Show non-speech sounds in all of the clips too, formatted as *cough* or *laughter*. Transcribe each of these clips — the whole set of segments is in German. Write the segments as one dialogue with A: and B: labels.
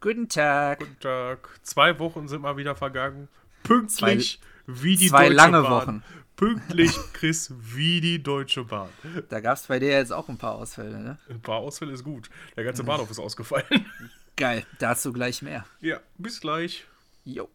A: Guten Tag.
B: Guten Tag. Zwei Wochen sind mal wieder vergangen. Pünktlich wie die
A: zwei
B: Deutsche
A: lange
B: Bahn.
A: Wochen. *laughs*
B: Pünktlich, Chris, wie die Deutsche Bahn.
A: Da gab es bei dir jetzt auch ein paar Ausfälle, ne?
B: Ein paar Ausfälle ist gut. Der ganze Bahnhof ist ausgefallen. *laughs*
A: Geil, dazu gleich mehr.
B: Ja, bis gleich.
A: Jo.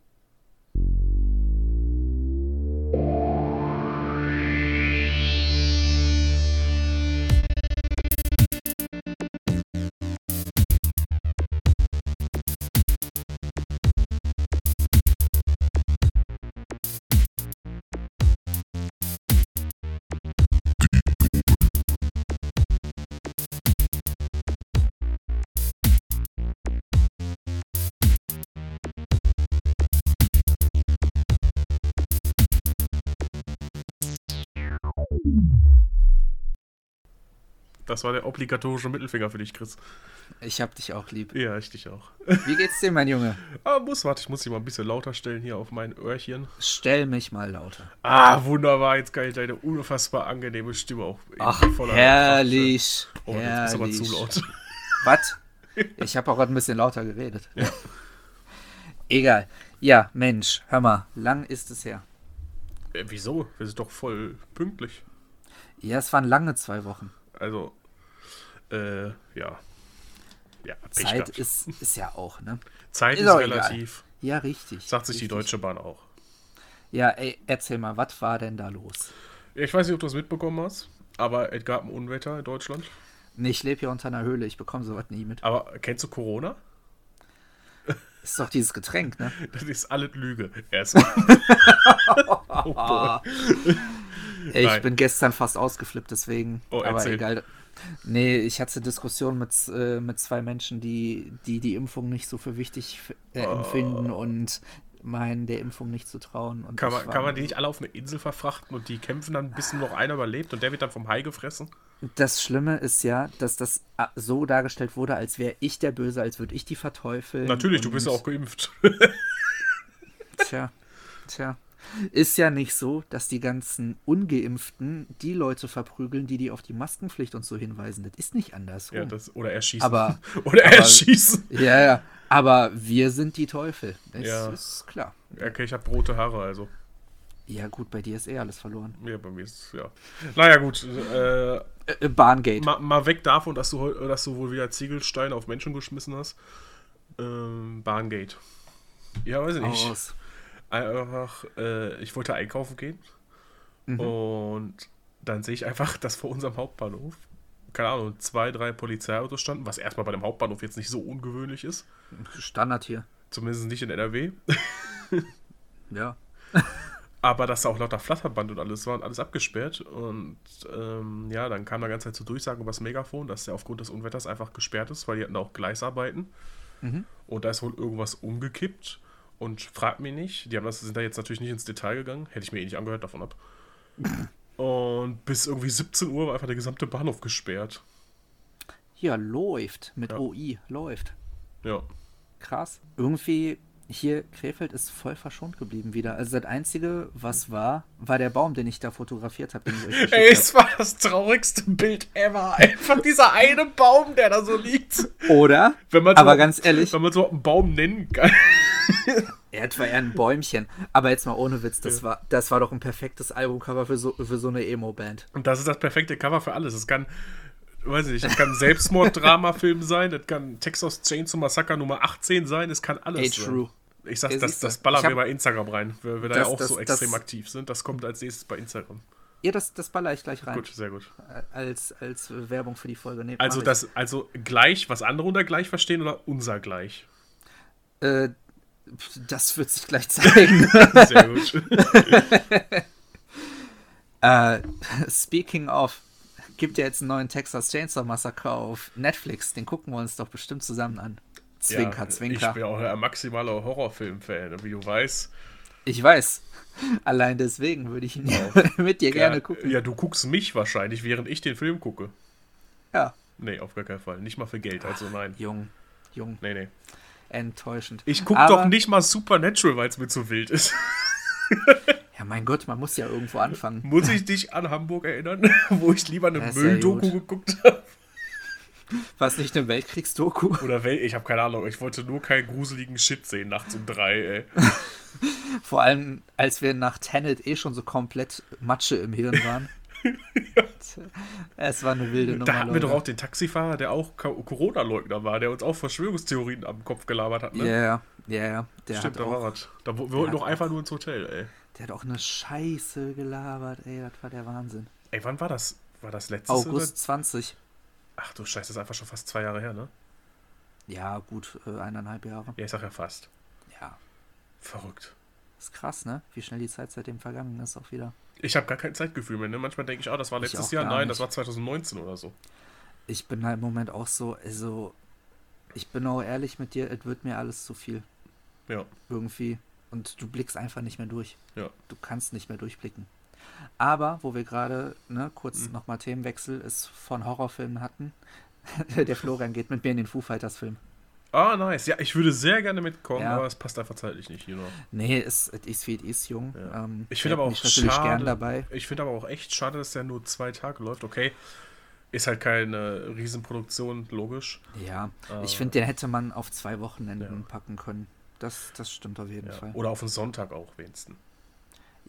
B: Das war der obligatorische Mittelfinger für dich, Chris.
A: Ich hab dich auch lieb.
B: Ja, ich dich auch.
A: Wie geht's dir, mein Junge?
B: Ah, muss, warte, ich muss sie mal ein bisschen lauter stellen hier auf mein Öhrchen.
A: Stell mich mal lauter.
B: Ah, wunderbar. Jetzt kann ich deine unfassbar angenehme Stimme auch eben
A: Ach,
B: voller-
A: herrlich.
B: Oh, jetzt ist aber
A: herrlich.
B: zu laut.
A: Was? Ich habe auch gerade ein bisschen lauter geredet. Egal. Ja, Mensch, hör mal, lang ist es her.
B: Äh, wieso? Wir sind doch voll pünktlich.
A: Ja, es waren lange zwei Wochen.
B: Also, äh, ja. Ja, Pech
A: Zeit
B: gehabt.
A: ist, ist ja auch, ne?
B: Zeit
A: ist
B: ist
A: auch egal.
B: relativ.
A: Ja, richtig.
B: Sagt sich die
A: richtig.
B: Deutsche Bahn auch.
A: Ja, ey, erzähl mal, was war denn da los?
B: Ja, Ich weiß nicht, ob du es mitbekommen hast, aber es gab ein Unwetter in Deutschland.
A: Nee, ich lebe hier unter einer Höhle, ich bekomme sowas nie mit.
B: Aber kennst du Corona?
A: Ist doch dieses Getränk,
B: *laughs*
A: ne?
B: Das ist alles Lüge.
A: *laughs*
B: Erstmal. oh, boy.
A: Ey,
B: Nein.
A: ich bin gestern fast ausgeflippt, deswegen.
B: Oh,
A: aber
B: erzähl.
A: egal. Nee, ich hatte Diskussionen mit, äh, mit zwei Menschen, die, die die Impfung nicht so für wichtig f- äh,
B: Oh.
A: empfinden und meinen, der Impfung nicht zu trauen. Und
B: Kann,
A: ich
B: man,
A: war-
B: kann man die nicht alle auf eine Insel verfrachten und die kämpfen dann, bis nur noch einer überlebt und der wird dann vom Hai gefressen?
A: Das Schlimme ist ja, dass das ah, so dargestellt wurde, als wäre ich der Böse, als würde ich die verteufeln.
B: Natürlich, du
A: und-
B: bist ja
A: *laughs*
B: auch geimpft.
A: Tja, tja. Ist ja nicht so, dass die ganzen Ungeimpften die Leute verprügeln, die die auf die Maskenpflicht und so hinweisen. Das ist nicht andersrum.
B: ja, das, oder erschießen.
A: Aber-
B: *laughs* oder
A: aber-
B: erschießen.
A: Ja, ja. Aber wir sind die Teufel. Das
B: Ja.
A: ist klar.
B: Okay, ich habe rote Haare, also.
A: Ja, gut, bei dir ist eh alles verloren.
B: Ja, bei mir ist es, ja. Naja, gut. Äh,
A: Äh, äh, Bahngate.
B: mal, mal weg davon, dass du, heu- äh, dass du wohl wieder Ziegelsteine auf Menschen geschmissen hast. Ähm, Bahngate. Ja, weiß ich nicht.
A: Aus.
B: Einfach, äh, ich wollte einkaufen gehen und dann sehe ich einfach, *laughs* dass vor unserem Hauptbahnhof, keine Ahnung, zwei, drei Polizeiautos standen, was erstmal bei dem Hauptbahnhof jetzt nicht so ungewöhnlich ist.
A: Standard hier.
B: Zumindest nicht in NRW.
A: Ja.
B: Aber dass da auch lauter Flatterband und alles war und alles abgesperrt. Und ähm, ja, dann kam da ganze Zeit zu Durchsagen über das Megafon, dass der aufgrund des Unwetters einfach gesperrt ist, weil die hatten da auch Gleisarbeiten. Und da ist wohl irgendwas umgekippt. Und fragt mich nicht, die haben das, sind da jetzt natürlich nicht ins Detail gegangen, hätte ich mir eh nicht angehört davon *laughs* ab. Und bis irgendwie 17 Uhr war einfach der gesamte Bahnhof gesperrt.
A: Ja, läuft. Mit
B: Ja.
A: OI. Läuft.
B: Ja.
A: Krass. Irgendwie hier Krefeld ist voll verschont geblieben wieder. Also das Einzige, was war, war der Baum, den ich da fotografiert habe.
B: *laughs* Ey, es war das traurigste Bild ever. Einfach dieser eine Baum, der da so liegt.
A: Oder?
B: Wenn man
A: Aber
B: so-
A: ganz ehrlich,
B: Wenn man so einen Baum nennen kann.
A: er hat war eher ein Bäumchen. Aber jetzt mal ohne Witz, das, war, das war doch ein perfektes Albumcover für so, für so eine Emo-Band.
B: Und das ist das perfekte Cover für alles. Es kann, weiß ich nicht, es kann ein Selbstmord-Drama-Film sein, es kann Texas Chainsaw Massacre Nummer 18 sein, es kann alles
A: Ey,
B: sein.
A: true.
B: Ich sag,
A: Ja,
B: das,
A: siehste.
B: das ballern
A: Ich hab-
B: wir bei Instagram rein, weil wir da
A: Das-
B: ja auch
A: das-
B: so
A: das-
B: extrem aktiv sind. Das kommt als nächstes bei Instagram.
A: Ja, das, das baller ich gleich rein.
B: Gut, sehr gut.
A: Als, als Werbung für die Folge. Nee,
B: Also
A: mach ich.
B: das, also gleich, was andere unter gleich verstehen oder unser gleich? *laughs*
A: Äh, pf, das wird sich gleich zeigen. *laughs*
B: Sehr gut.
A: äh, speaking of, gibt ja jetzt einen neuen Texas Chainsaw Massacre auf Netflix. Den gucken wir uns doch bestimmt zusammen an. Zwinker,
B: ja, Ich
A: Zwinker.
B: bin auch ein maximaler Horrorfilm-Fan, und wie du weißt.
A: Ich, weiß. Allein deswegen würde ich ihn *laughs* mit dir
B: ja,
A: gerne gucken.
B: Ja, du guckst mich wahrscheinlich, während ich den Film gucke.
A: Ja.
B: Nee, auf gar keinen Fall. Nicht mal für Geld, also nein.
A: Jung, jung,
B: Nee, nee.
A: enttäuschend.
B: Ich guck
A: Aber-
B: doch nicht mal Supernatural, weil es mir zu wild ist. *laughs*
A: Ja, mein Gott, man muss ja irgendwo anfangen.
B: Muss ich dich an Hamburg erinnern, *laughs* wo ich lieber eine
A: Das ist ja
B: Mülldoku
A: gut.
B: geguckt habe?
A: War es nicht eine Weltkriegsdoku? *laughs*
B: Oder Wel ich habe keine Ahnung. Ich wollte nur keinen gruseligen Shit sehen nachts um drei, ey.
A: Vor allem, als wir nach Tenet eh schon so komplett Matsche im Hirn waren.
B: Ja.
A: Es war eine wilde Nummer.
B: Da hatten wir
A: Leute.
B: doch auch den Taxifahrer, der auch Ka- Corona-Leugner war, der uns auch Verschwörungstheorien am Kopf gelabert hat,
A: Ja,
B: ne?
A: ja, ja, ja. Der,
B: Stimmt,
A: hat
B: da
A: auch,
B: war was. Da, wo- wir wollten
A: hat
B: doch einfach nur ins Hotel, ey.
A: der hat auch eine Scheiße gelabert, ey, das war der Wahnsinn.
B: Ey, wann war das? War das letztes
A: August 20.
B: Oder? Ach du Scheiße, das ist einfach schon fast zwei Jahre her, ne?
A: Ja, gut, äh, eineinhalb Jahre.
B: Ja, ich sag ja fast.
A: Ja,
B: Verrückt.
A: ist krass, ne? Wie schnell die Zeit seitdem vergangen ist, auch wieder.
B: Ich habe gar kein Zeitgefühl mehr, ne? Manchmal denke ich, ah, das war
A: Ich
B: letztes
A: auch
B: Jahr.
A: gar
B: Nein,
A: nicht.
B: das war 2019 oder so.
A: Ich bin halt im Moment auch so, also, ich bin auch ehrlich mit dir, es wird mir alles zu viel.
B: Ja.
A: irgendwie. Und du blickst einfach nicht mehr durch.
B: Ja.
A: Du kannst nicht mehr durchblicken. Aber, wo wir gerade ne, kurz
B: Mhm.
A: nochmal Themenwechsel ist von Horrorfilmen hatten, *laughs* der Florian geht mit mir in den Foo Fighters Film.
B: Ah, nice. Ja, ich würde sehr gerne mitkommen,
A: Ja.
B: aber es passt einfach zeitlich nicht, genau.
A: Nee, es es ist wie es ist, Jung.
B: Ja.
A: Ähm,
B: Ich finde
A: hätte
B: aber
A: mich
B: auch
A: natürlich
B: schade.
A: gern dabei.
B: Ich finde aber auch echt schade, dass der nur zwei Tage läuft. Okay, ist halt keine Riesenproduktion, logisch.
A: Ja,
B: Äh,
A: ich finde, den hätte man auf zwei Wochenenden
B: ja.
A: packen können. Das, das stimmt auf jeden
B: Äh, ja.
A: Fall.
B: Oder auf den Sonntag auch wenigstens.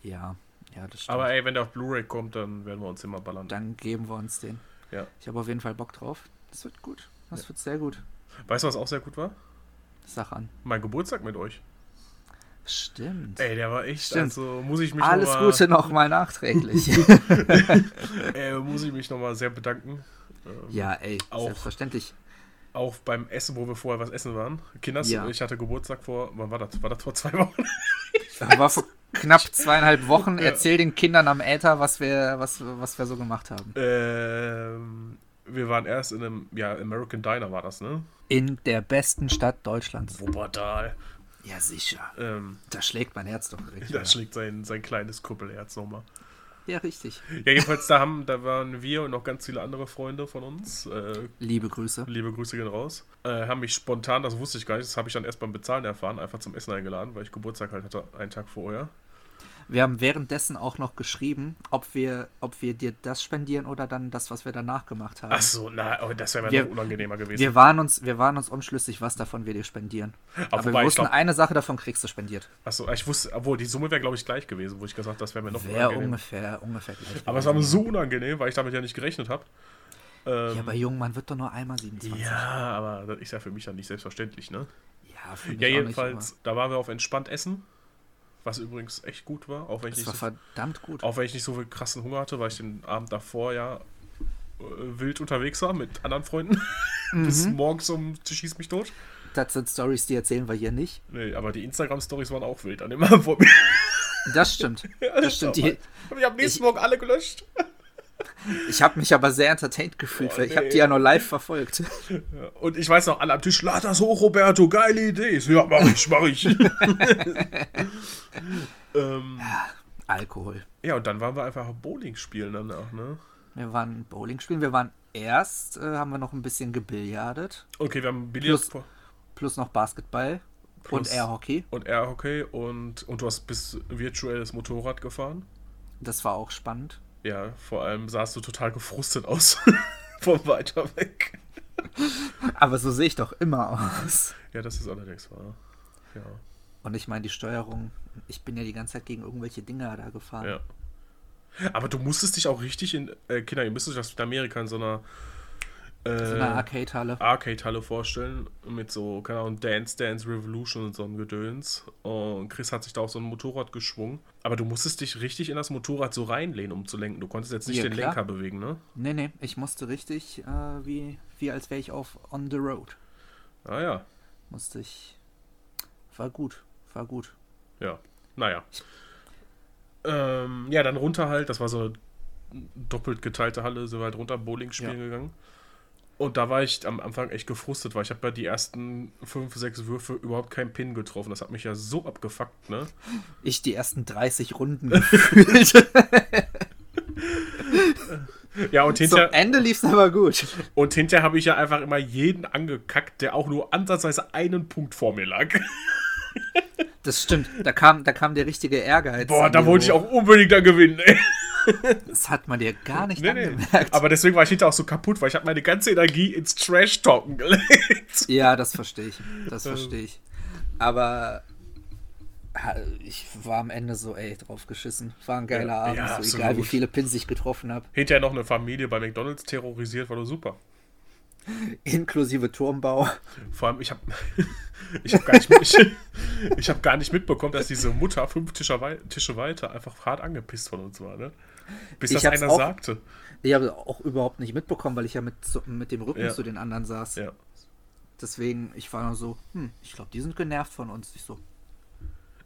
A: Ja, ja, das stimmt.
B: Aber ey, wenn der auf Blu-ray kommt, dann werden wir uns immer ballern.
A: Dann geben wir uns den.
B: Ja.
A: Ich habe auf jeden Fall Bock drauf. Das wird gut. Das wird sehr gut.
B: Weißt du, was auch sehr gut war?
A: Sag an.
B: Mein Geburtstag mit euch.
A: Stimmt.
B: Ey, der war echt,
A: Stimmt.
B: also muss ich mich
A: Alles
B: noch mal, *laughs*
A: Gute nochmal *laughs* nachträglich.
B: Äh, muss ich mich nochmal sehr bedanken. Ähm,
A: ja, ey,
B: Auch. *laughs*
A: selbstverständlich.
B: Auch beim Essen, wo wir vorher was essen waren. Kinders,
A: Ja.
B: ich hatte Geburtstag vor, wann war das? War das vor zwei Wochen?
A: War vor knapp zweieinhalb Wochen.
B: Ja.
A: Erzähl den Kindern am Äther, was wir, was, was wir so gemacht haben.
B: ähm, wir waren erst in einem, ja, American Diner war das, ne?
A: In der besten Stadt Deutschlands.
B: Wuppertal.
A: Ja, sicher.
B: Ähm,
A: Da schlägt mein Herz doch direkt.
B: da
A: wieder.
B: schlägt sein, sein kleines Kuppelherz nochmal.
A: Ja, richtig.
B: Ja, jedenfalls, da, haben, da waren wir und noch ganz viele andere Freunde von uns. Äh,
A: Liebe Grüße.
B: liebe Grüße gehen raus. Äh, haben mich spontan, das wusste ich gar nicht, das habe ich dann erst beim Bezahlen erfahren, einfach zum Essen eingeladen, weil ich Geburtstag halt hatte, einen Tag vorher.
A: Wir haben währenddessen auch noch geschrieben, ob wir, ob wir dir das spendieren oder dann das, was wir danach gemacht haben.
B: Ach so, na, oh, das wäre mir
A: Wir-
B: noch unangenehmer gewesen.
A: Wir waren, uns, wir waren uns unschlüssig, was davon wir dir spendieren.
B: Aber
A: Aber
B: wobei,
A: wir
B: ich
A: wussten,
B: glaub-
A: eine Sache davon kriegst du spendiert.
B: Achso, ich wusste, obwohl die Summe wäre, glaube ich, gleich gewesen, wo ich gesagt habe, das wäre mir noch
A: Wäre
B: unangenehm.
A: ungefähr, ungefähr gleich.
B: Aber es war mir so unangenehm, weil ich damit ja nicht gerechnet habe.
A: Ja,
B: Ähm,
A: aber jung, man wird doch nur einmal 27.
B: ja, aber das ist ja für mich dann nicht selbstverständlich, ne?
A: Ja, für mich
B: Ja,
A: auch
B: jedenfalls,
A: Nicht,
B: da waren wir auf entspannt essen, was übrigens echt gut war, auch wenn,
A: aber
B: ich
A: es
B: nicht
A: war
B: so,
A: verdammt gut.
B: auch wenn ich nicht so viel krassen Hunger hatte, weil ich den Abend davor ja äh, wild unterwegs war mit anderen Freunden. *laughs* Bis
A: Mhm.
B: morgens um Schieß mich tot.
A: Das sind Stories, die erzählen wir hier nicht.
B: Nee, aber die Instagram-Stories waren auch wild an dem *laughs* Abend vor mir.
A: Das
B: *laughs*
A: stimmt. Das stimmt. Die,
B: Hab ich am nächsten Morgen alle gelöscht.
A: ich habe mich aber sehr entertained gefühlt,
B: Boah,
A: weil ich habe
B: Oh, nee.
A: die ja nur live verfolgt. *laughs*
B: Ja, Und ich weiß noch, alle am Tisch, lad das hoch, Roberto, geile Idee. Ich so, ja, mach ich,
A: *laughs*
B: mach ich. *laughs* ähm,
A: Alkohol.
B: ja, und dann waren wir einfach Bowling spielen danach, ne?
A: Wir waren Bowling spielen. Wir waren erst, äh, haben wir noch ein bisschen gebillardet.
B: Okay, wir haben Billard
A: Plus- Plus noch Basketball
B: Plus-
A: und Airhockey.
B: und Airhockey und, und du hast bis virtuelles Motorrad gefahren.
A: Das war auch spannend.
B: Ja, vor allem sahst du total gefrustet aus. *laughs* Von weiter weg.
A: Aber so sehe ich doch immer aus.
B: Ja, das ist allerdings wahr. Ja,
A: Und ich meine, die Steuerung. Ich bin ja die ganze Zeit gegen irgendwelche Dinger da gefahren.
B: ja. Aber du musstest dich auch richtig in, äh, Kinder, ihr müsst euch das in Amerika in so einer, äh,
A: So eine Arcade-Halle.
B: Arcade-Halle vorstellen mit so, keine Ahnung, Dance Dance Revolution und so einem Gedöns. Und Chris hat sich da auf so ein Motorrad geschwungen. Aber du musstest dich richtig in das Motorrad so reinlehnen, um zu lenken. Du konntest jetzt nicht
A: Ja,
B: den
A: klar.
B: Lenker bewegen, ne?
A: Nee, nee, ich musste richtig, äh, wie, wie als wäre ich auf On the Road.
B: Ah ja,
A: Musste ich. War gut, war gut.
B: ja. Naja. Ähm, ja, dann runter halt. Das war so eine doppelt geteilte Halle. Sind wir halt runter Bowling spielen gegangen. Und da war ich am Anfang echt gefrustet, weil ich habe ja die ersten fünf, sechs Würfe überhaupt keinen Pin getroffen. Das hat mich ja so abgefuckt, ne?
A: Ich die ersten 30 Runden *laughs* gefühlt.
B: Ja, und
A: Zum
B: hinter,
A: Ende lief's aber gut.
B: Und hinterher habe ich ja einfach immer jeden angekackt, der auch nur ansatzweise einen Punkt vor mir
A: *laughs*
B: lag.
A: Das stimmt, da kam, da kam der richtige Ehrgeiz.
B: Boah,
A: an
B: da
A: mir
B: wollte ich
A: hoch.
B: auch unbedingt dann gewinnen, ey.
A: Das hat man dir gar nicht
B: Nee, nee.
A: angemerkt.
B: Aber deswegen war ich hinterher auch so kaputt, weil ich habe meine ganze Energie ins Trash-Talken gelegt.
A: Ja, das verstehe ich.
B: *laughs*
A: Das
B: Ähm.
A: verstehe ich. Aber ha, ich war am Ende so, ey, drauf geschissen. War ein geiler
B: Ja,
A: Abend,
B: ja,
A: so
B: absolut.
A: egal wie viele Pins ich getroffen habe.
B: *laughs* Hinterher noch eine Familie bei McDonalds terrorisiert, war doch super.
A: Inklusive Turmbau.
B: Vor allem, ich habe *laughs* ich hab gar, nicht mit- *laughs* ich, ich hab gar nicht mitbekommen, dass diese Mutter fünf Tische, wei Tische weiter einfach hart angepisst von uns war. Ne? Bis
A: Ich
B: das
A: hab's
B: einer
A: auch-
B: sagte.
A: Ich habe auch überhaupt nicht mitbekommen, weil ich ja mit, so- mit dem Rücken
B: Ja.
A: zu den anderen saß.
B: Ja.
A: Deswegen, ich war nur so, hm, ich glaube, die sind genervt von uns. Ich so,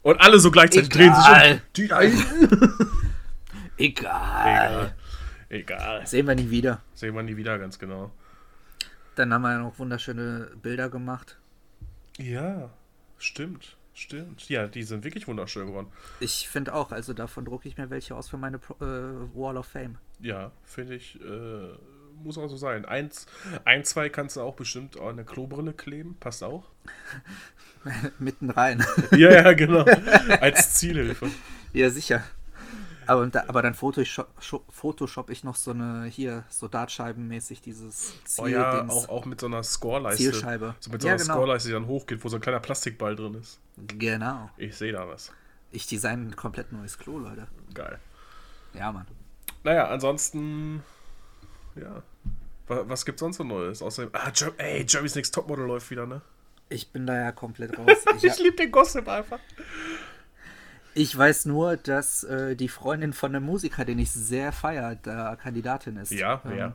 B: Und alle so gleichzeitig drehen sich um.
A: Egal.
B: Die da hinten.
A: egal.
B: Egal. Egal.
A: Sehen wir nie wieder.
B: Sehen wir nie wieder ganz genau.
A: Dann haben wir ja noch wunderschöne Bilder gemacht.
B: Ja, stimmt. Stimmt. Ja, die sind wirklich wunderschön geworden.
A: Ich finde auch, also davon drucke ich mir welche aus für meine Pro äh, Wall of Fame. *laughs*
B: Ja, finde ich, äh, muss auch so sein. Eins, ein, zwei kannst du auch bestimmt an eine Klobrille kleben, passt auch.
A: Mitten rein.
B: *laughs*
A: *laughs*
B: Ja, ja, *laughs* genau. Als Zielhilfe.
A: ja, sicher. Aber, und da, aber dann Photoshop, Scho- Photoshop ich noch so eine, hier, so Dartscheibenmäßig, dieses Ziel
B: Oh ja, auch, auch mit so einer Scoreleiste.
A: Zielscheibe.
B: So mit so
A: Ja,
B: einer
A: genau.
B: Scoreleiste, die dann hochgeht, wo so ein kleiner Plastikball drin ist.
A: Genau.
B: Ich sehe da was.
A: Ich design ein komplett neues Klo, Leute.
B: Geil.
A: Ja, Mann.
B: Naja, ansonsten. Ja. Wa- Was gibt's sonst so Neues? Außerdem. Ah, Jer ey, Jeremy's Next Topmodel läuft wieder, ne?
A: Ich bin da ja komplett
B: *laughs*
A: raus. Ich,
B: Ich liebe den Gossip einfach.
A: ich weiß nur, dass äh, die Freundin von einem Musiker, den ich sehr feier, da Kandidatin ist.
B: Ja, wer?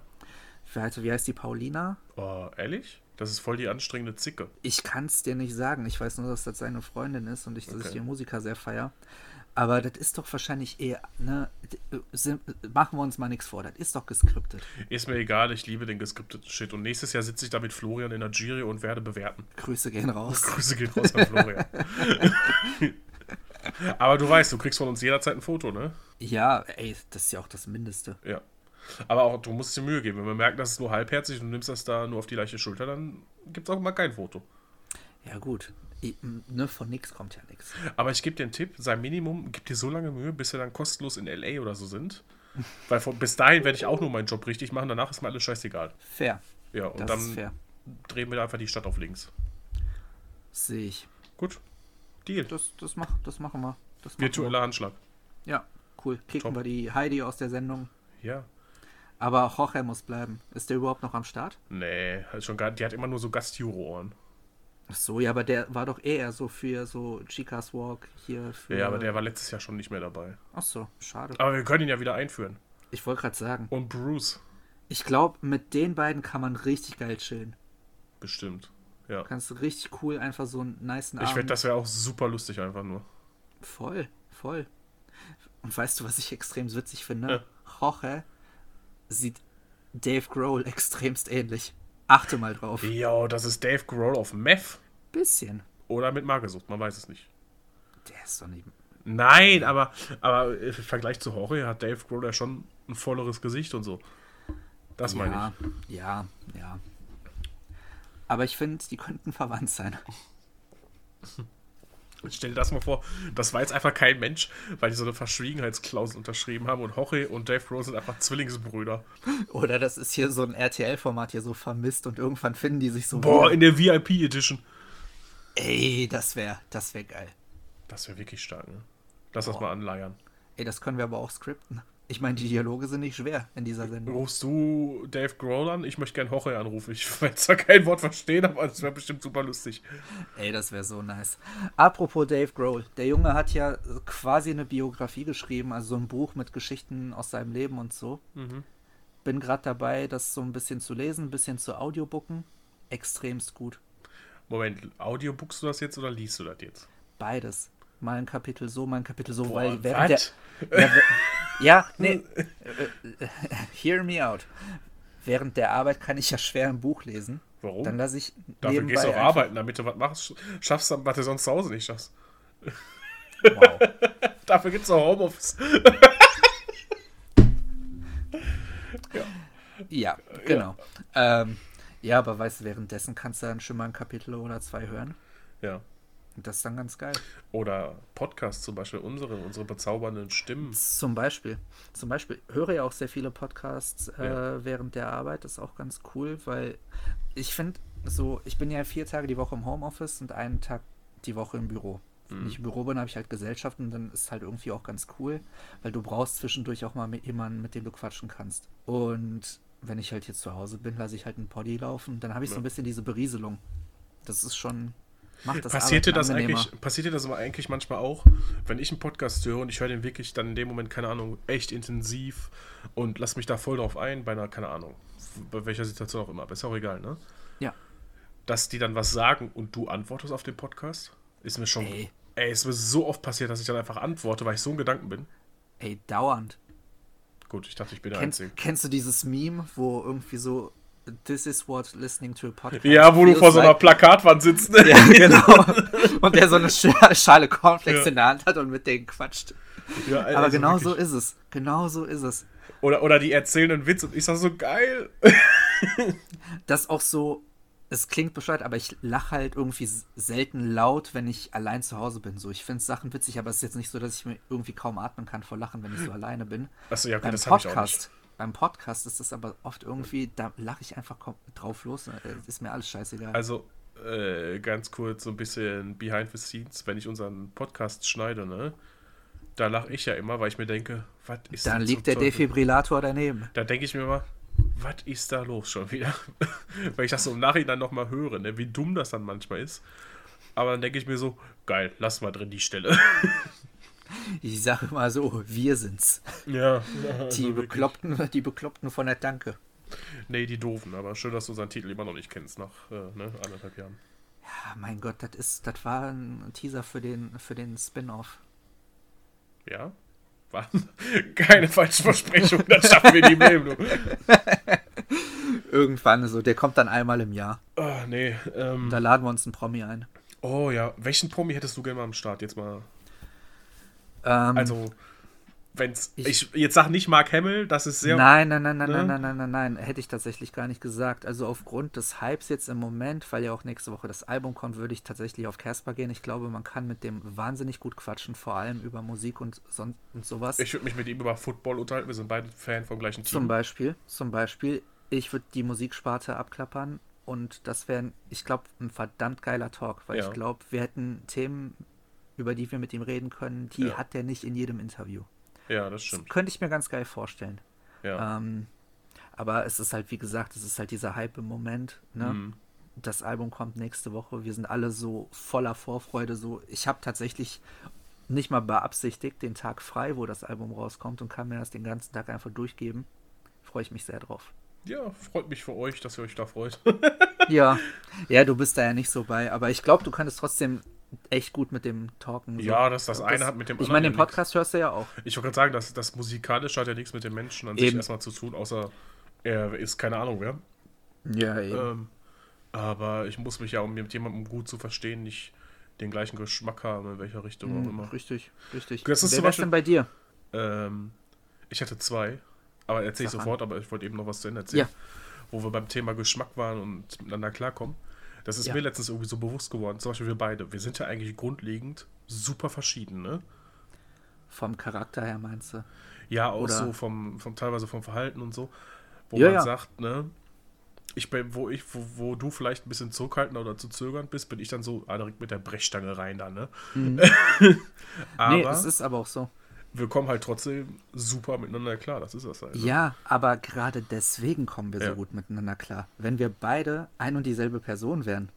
A: wer heißt- wie heißt die Paulina?
B: Oh, ehrlich? Das ist voll die anstrengende Zicke.
A: Ich kann es dir nicht sagen. Ich weiß nur, dass das seine Freundin ist und ich, dass ich
B: Okay.
A: den Musiker sehr feier. Aber das ist doch wahrscheinlich eher, ne, d- äh, sind, äh, machen wir uns mal nichts vor, das ist doch geskriptet.
B: Ist mir egal, ich liebe den geskripteten Shit. Und nächstes Jahr sitze ich da mit Florian in der Jury und werde bewerten. *laughs*
A: Grüße gehen raus.
B: Grüße gehen raus an Florian. *laughs* Aber du weißt, du kriegst von uns jederzeit ein Foto, ne?
A: Ja, ey, das ist ja auch das Mindeste.
B: Ja. Aber auch, du musst dir Mühe geben. Wenn wir merken, das ist nur halbherzig und du nimmst das da nur auf die leichte Schulter, dann gibt's auch mal kein Foto.
A: Ja, gut. I- m, Ne, von nichts kommt ja nichts.
B: Aber ich gebe dir einen Tipp, sei Minimum, gib dir so lange Mühe, bis wir dann kostenlos in L.A. oder so sind. Weil von, bis dahin werde ich auch nur meinen Job richtig machen, danach ist mir alles scheißegal.
A: Fair.
B: Ja, und
A: das ist
B: dann
A: fair.
B: drehen wir da einfach die Stadt auf links.
A: Sehe ich.
B: Gut. Deal.
A: Das, das, mach, das machen wir. Das machen wir.
B: Virtueller Handschlag.
A: Ja, cool. Kicken
B: Top.
A: wir die Heidi aus der Sendung.
B: Ja.
A: Aber Jorge muss bleiben. Ist der überhaupt noch am Start?
B: Nee, hat schon gar, die hat immer nur so Gastjuro-Ohren.
A: Ach so, ja, aber der war doch eher so für so Chicas Walk hier für.
B: Ja, aber der war letztes Jahr schon nicht mehr dabei.
A: Ach so, schade.
B: Aber wir können ihn ja wieder einführen.
A: Ich wollte gerade sagen,
B: Und Bruce.
A: ich glaube, mit den beiden kann man richtig geil chillen.
B: Bestimmt. Ja.
A: Kannst du richtig cool einfach so einen niceen
B: Ich
A: Abend.
B: finde, das wäre auch super lustig einfach nur.
A: Voll, voll. Und weißt du, was ich extrem witzig
B: Ja.
A: finde? Jorge sieht Dave Grohl *laughs* extremst ähnlich. Achte mal drauf.
B: Jo, das ist Dave Grohl auf Meth.
A: Bisschen.
B: Oder mit Magersucht, man weiß es nicht.
A: Der ist doch nicht.
B: Nein, aber, aber äh, im Vergleich zu Horror hat Dave Grohl ja schon ein volleres Gesicht und so. Das meine
A: Ja, ja, ja. Aber ich finde, die könnten verwandt
B: *laughs*
A: sein.
B: ich. Stell dir das mal vor, das war jetzt einfach kein Mensch, weil die so eine Verschwiegenheitsklausel unterschrieben haben und Horror und Dave Grohl sind einfach Zwillingsbrüder.
A: Oder das ist hier so ein RTL-Format hier so vermisst und irgendwann finden die sich so.
B: Boah,
A: wieder.
B: in der VIP Edition.
A: Ey, das wäre, das wäre geil.
B: Das wäre wirklich stark, ne? Lass das mal anleiern.
A: Ey, das können wir aber auch skripten. Ich meine, die Dialoge sind nicht schwer in dieser
B: *laughs*
A: Sendung.
B: Rufst du Dave Grohl an? Ich möchte gern Horror anrufen. Ich werde zwar kein Wort verstehen, aber es wäre bestimmt super lustig.
A: Ey, das wäre so nice. Apropos Dave Grohl. Der Junge hat ja quasi eine Biografie geschrieben, also so ein Buch mit Geschichten aus seinem Leben und so.
B: Mhm.
A: Bin gerade dabei, das so ein bisschen zu lesen, ein bisschen zu audiobooken. Extremst gut.
B: Moment, Audio buchst du das jetzt oder liest du das jetzt?
A: Beides. Mal ein Kapitel so, mal ein Kapitel so,
B: Boah,
A: weil
B: wat?
A: während der, Ja,
B: *laughs*
A: nee. äh, äh, hear me out. Während der Arbeit kann ich ja schwer ein Buch lesen.
B: Warum?
A: Dann lasse ich
B: Dafür
A: nebenbei
B: gehst du auch
A: einfach-
B: arbeiten, damit du was machst, schaffst, dann, was du sonst zu Hause nicht schaffst. *laughs*
A: Wow.
B: Dafür gibt's auch Homeoffice.
A: Ja, genau. Ja. Ähm, ja, aber weißt du, währenddessen kannst du dann schon mal ein Kapitel oder zwei hören.
B: Ja.
A: Das ist dann ganz geil.
B: Oder Podcasts zum Beispiel, unsere, unsere bezaubernden Stimmen.
A: Zum Beispiel. Zum Beispiel höre ja auch sehr viele Podcasts ja. äh, während der Arbeit. Das ist auch ganz cool, weil ich finde, so, ich bin ja vier Tage die Woche im Homeoffice und einen Tag die Woche im Büro.
B: Mhm.
A: Wenn ich im Büro bin, habe ich halt Gesellschaft und dann ist halt irgendwie auch ganz cool, weil du brauchst zwischendurch auch mal mit jemanden, mit dem du quatschen kannst. Und wenn ich halt jetzt zu Hause bin, lasse ich halt einen Poddy laufen, dann habe ich so ein bisschen diese Berieselung. Das ist schon.
B: Macht das passiert dir das eigentlich, passiert dir das aber eigentlich manchmal auch, wenn ich einen Podcast höre und ich höre den wirklich dann in dem Moment, keine Ahnung, echt intensiv und lass mich da voll drauf ein, bei einer, keine Ahnung, bei welcher Situation auch immer, aber ist auch egal, ne?
A: Ja.
B: Dass die dann was sagen und du antwortest auf den Podcast, ist mir schon. Ey. Ey, es ist mir so oft passiert, dass ich dann einfach antworte, weil ich so in Gedanken bin.
A: Ey, dauernd.
B: Gut, ich dachte, ich bin der
A: kennst,
B: Einzige.
A: Kennst du dieses Meme, wo irgendwie so This is what listening to a podcast
B: Ja, wo du vor so einer like. Plakatwand sitzt.
A: *laughs*
B: Ne? *laughs*
A: Ja, genau. und der so eine Schale Cornflakes ja. in der Hand hat und mit denen quatscht. Ja, also Aber genau wirklich. so ist es. Genau so ist es.
B: Oder, oder die erzählen einen Witz und ich sag so geil.
A: das auch so es klingt bescheuert, aber ich lache halt irgendwie selten laut, wenn ich allein zu Hause bin. So, ich finde Sachen witzig, aber es ist jetzt nicht so, dass ich mir irgendwie kaum atmen kann vor Lachen, wenn ich so alleine bin.
B: Achso, ja, okay,
A: beim
B: das
A: Podcast, Beim Podcast ist das aber oft irgendwie, da lache ich einfach drauf los, äh, ist mir alles scheißegal.
B: Also, äh, ganz kurz so ein bisschen behind the scenes, wenn ich unseren Podcast schneide, ne? Da lache ich ja immer, weil ich mir denke, was ist
A: Dann liegt der Defibrillator daneben.
B: Da denke ich mir mal, was ist da los schon wieder? *laughs* Weil ich das so im Nachhinein nochmal höre, ne? wie dumm das dann manchmal ist. Aber dann denke ich mir so, geil, lass mal drin die Stelle.
A: ich sage mal so, wir sind's.
B: Ja.
A: die, also Bekloppten, die Bekloppten von der Tanke.
B: *laughs* Nee, die Doofen, aber schön, dass du unseren Titel immer noch nicht kennst, nach äh, ne, anderthalb Jahren.
A: Ja, mein Gott, das ist, das war ein Teaser für den, für den Spin-Off.
B: Ja, *laughs* keine falschen Versprechungen, dann schaffen wir die Meldung. *laughs*
A: Irgendwann so, der kommt dann einmal im Jahr.
B: Oh, nee. Ähm,
A: da laden wir uns einen Promi ein.
B: Oh ja, welchen Promi hättest du gerne mal am Start jetzt
A: Hm.
B: mal? Ähm, also, wenn's. Ich, ich, jetzt sag nicht Mark Hamill, das ist sehr.
A: Nein, nein, nein, nein, ne? nein, nein, nein, nein, nein, hätte ich tatsächlich gar nicht gesagt. Also aufgrund des Hypes jetzt im Moment, weil ja auch nächste Woche das Album kommt, würde ich tatsächlich auf Casper gehen. Ich glaube, man kann mit dem wahnsinnig gut quatschen, vor allem über Musik und sonst und sowas.
B: Ich würde mich mit ihm über Football unterhalten. Wir sind beide Fan vom gleichen Team.
A: Zum Beispiel, zum Beispiel, ich würde die Musiksparte abklappern. Und das wäre, ich glaube, ein verdammt geiler Talk, weil ja. ich glaube, wir hätten Themen, über die wir mit ihm reden können, die ja. hat er nicht in jedem Interview.
B: Ja, das stimmt.
A: Das könnte ich mir ganz geil vorstellen.
B: Ja.
A: Ähm, aber es ist halt, wie gesagt, es ist halt dieser Hype im Moment. Ne? Mhm. Das Album kommt nächste Woche. Wir sind alle so voller Vorfreude. So, ich habe tatsächlich nicht mal beabsichtigt den Tag frei, wo das Album rauskommt und kann mir das den ganzen Tag einfach durchgeben. Freue ich mich sehr
B: *laughs*
A: drauf.
B: Ja, freut mich für euch, dass ihr euch da
A: *laughs*
B: freut.
A: ja, ja, du bist da ja nicht so bei, aber ich glaube, du könntest trotzdem echt gut mit dem Talken. So.
B: Ja, dass das, das eine hat mit dem
A: Ich meine, den Podcast hörst du ja auch.
B: Ich wollte gerade sagen, dass das musikalisch hat ja nichts mit dem Menschen an eben. sich erstmal zu tun, außer er ist keine Ahnung wer.
A: Ja, eben.
B: Äh,
A: Ähm,
B: aber ich muss mich ja, um mit jemandem gut zu verstehen, nicht den gleichen Geschmack haben, in welcher Richtung
A: mhm,
B: auch immer.
A: Richtig, richtig.
B: Das ist
A: wer wär's denn bei dir?
B: Ähm, ich hatte zwei, aber erzähle ich sofort, an. aber ich wollte eben noch was zu Ende erzählen. Ja. Wo wir beim Thema Geschmack waren und miteinander klarkommen. Das ist ja. mir letztens irgendwie so bewusst geworden. Zum Beispiel wir beide. Wir sind ja eigentlich grundlegend super verschieden, ne?
A: Vom Charakter her meinst du?
B: Ja, auch Oder? so vom, vom, teilweise vom Verhalten und so. Wo ja, man ja. sagt, ne? Ich bin, wo ich, wo, wo, du vielleicht ein bisschen zurückhaltender oder zu zögern bist, bin ich dann so ah, direkt mit der Brechstange rein da, ne? Mhm. *laughs*
A: aber nee, es ist aber auch so.
B: Wir kommen halt trotzdem super miteinander klar, das ist das halt.
A: Also. Ja, aber gerade deswegen kommen wir ja. so gut miteinander klar. Wenn wir beide ein und dieselbe Person wären,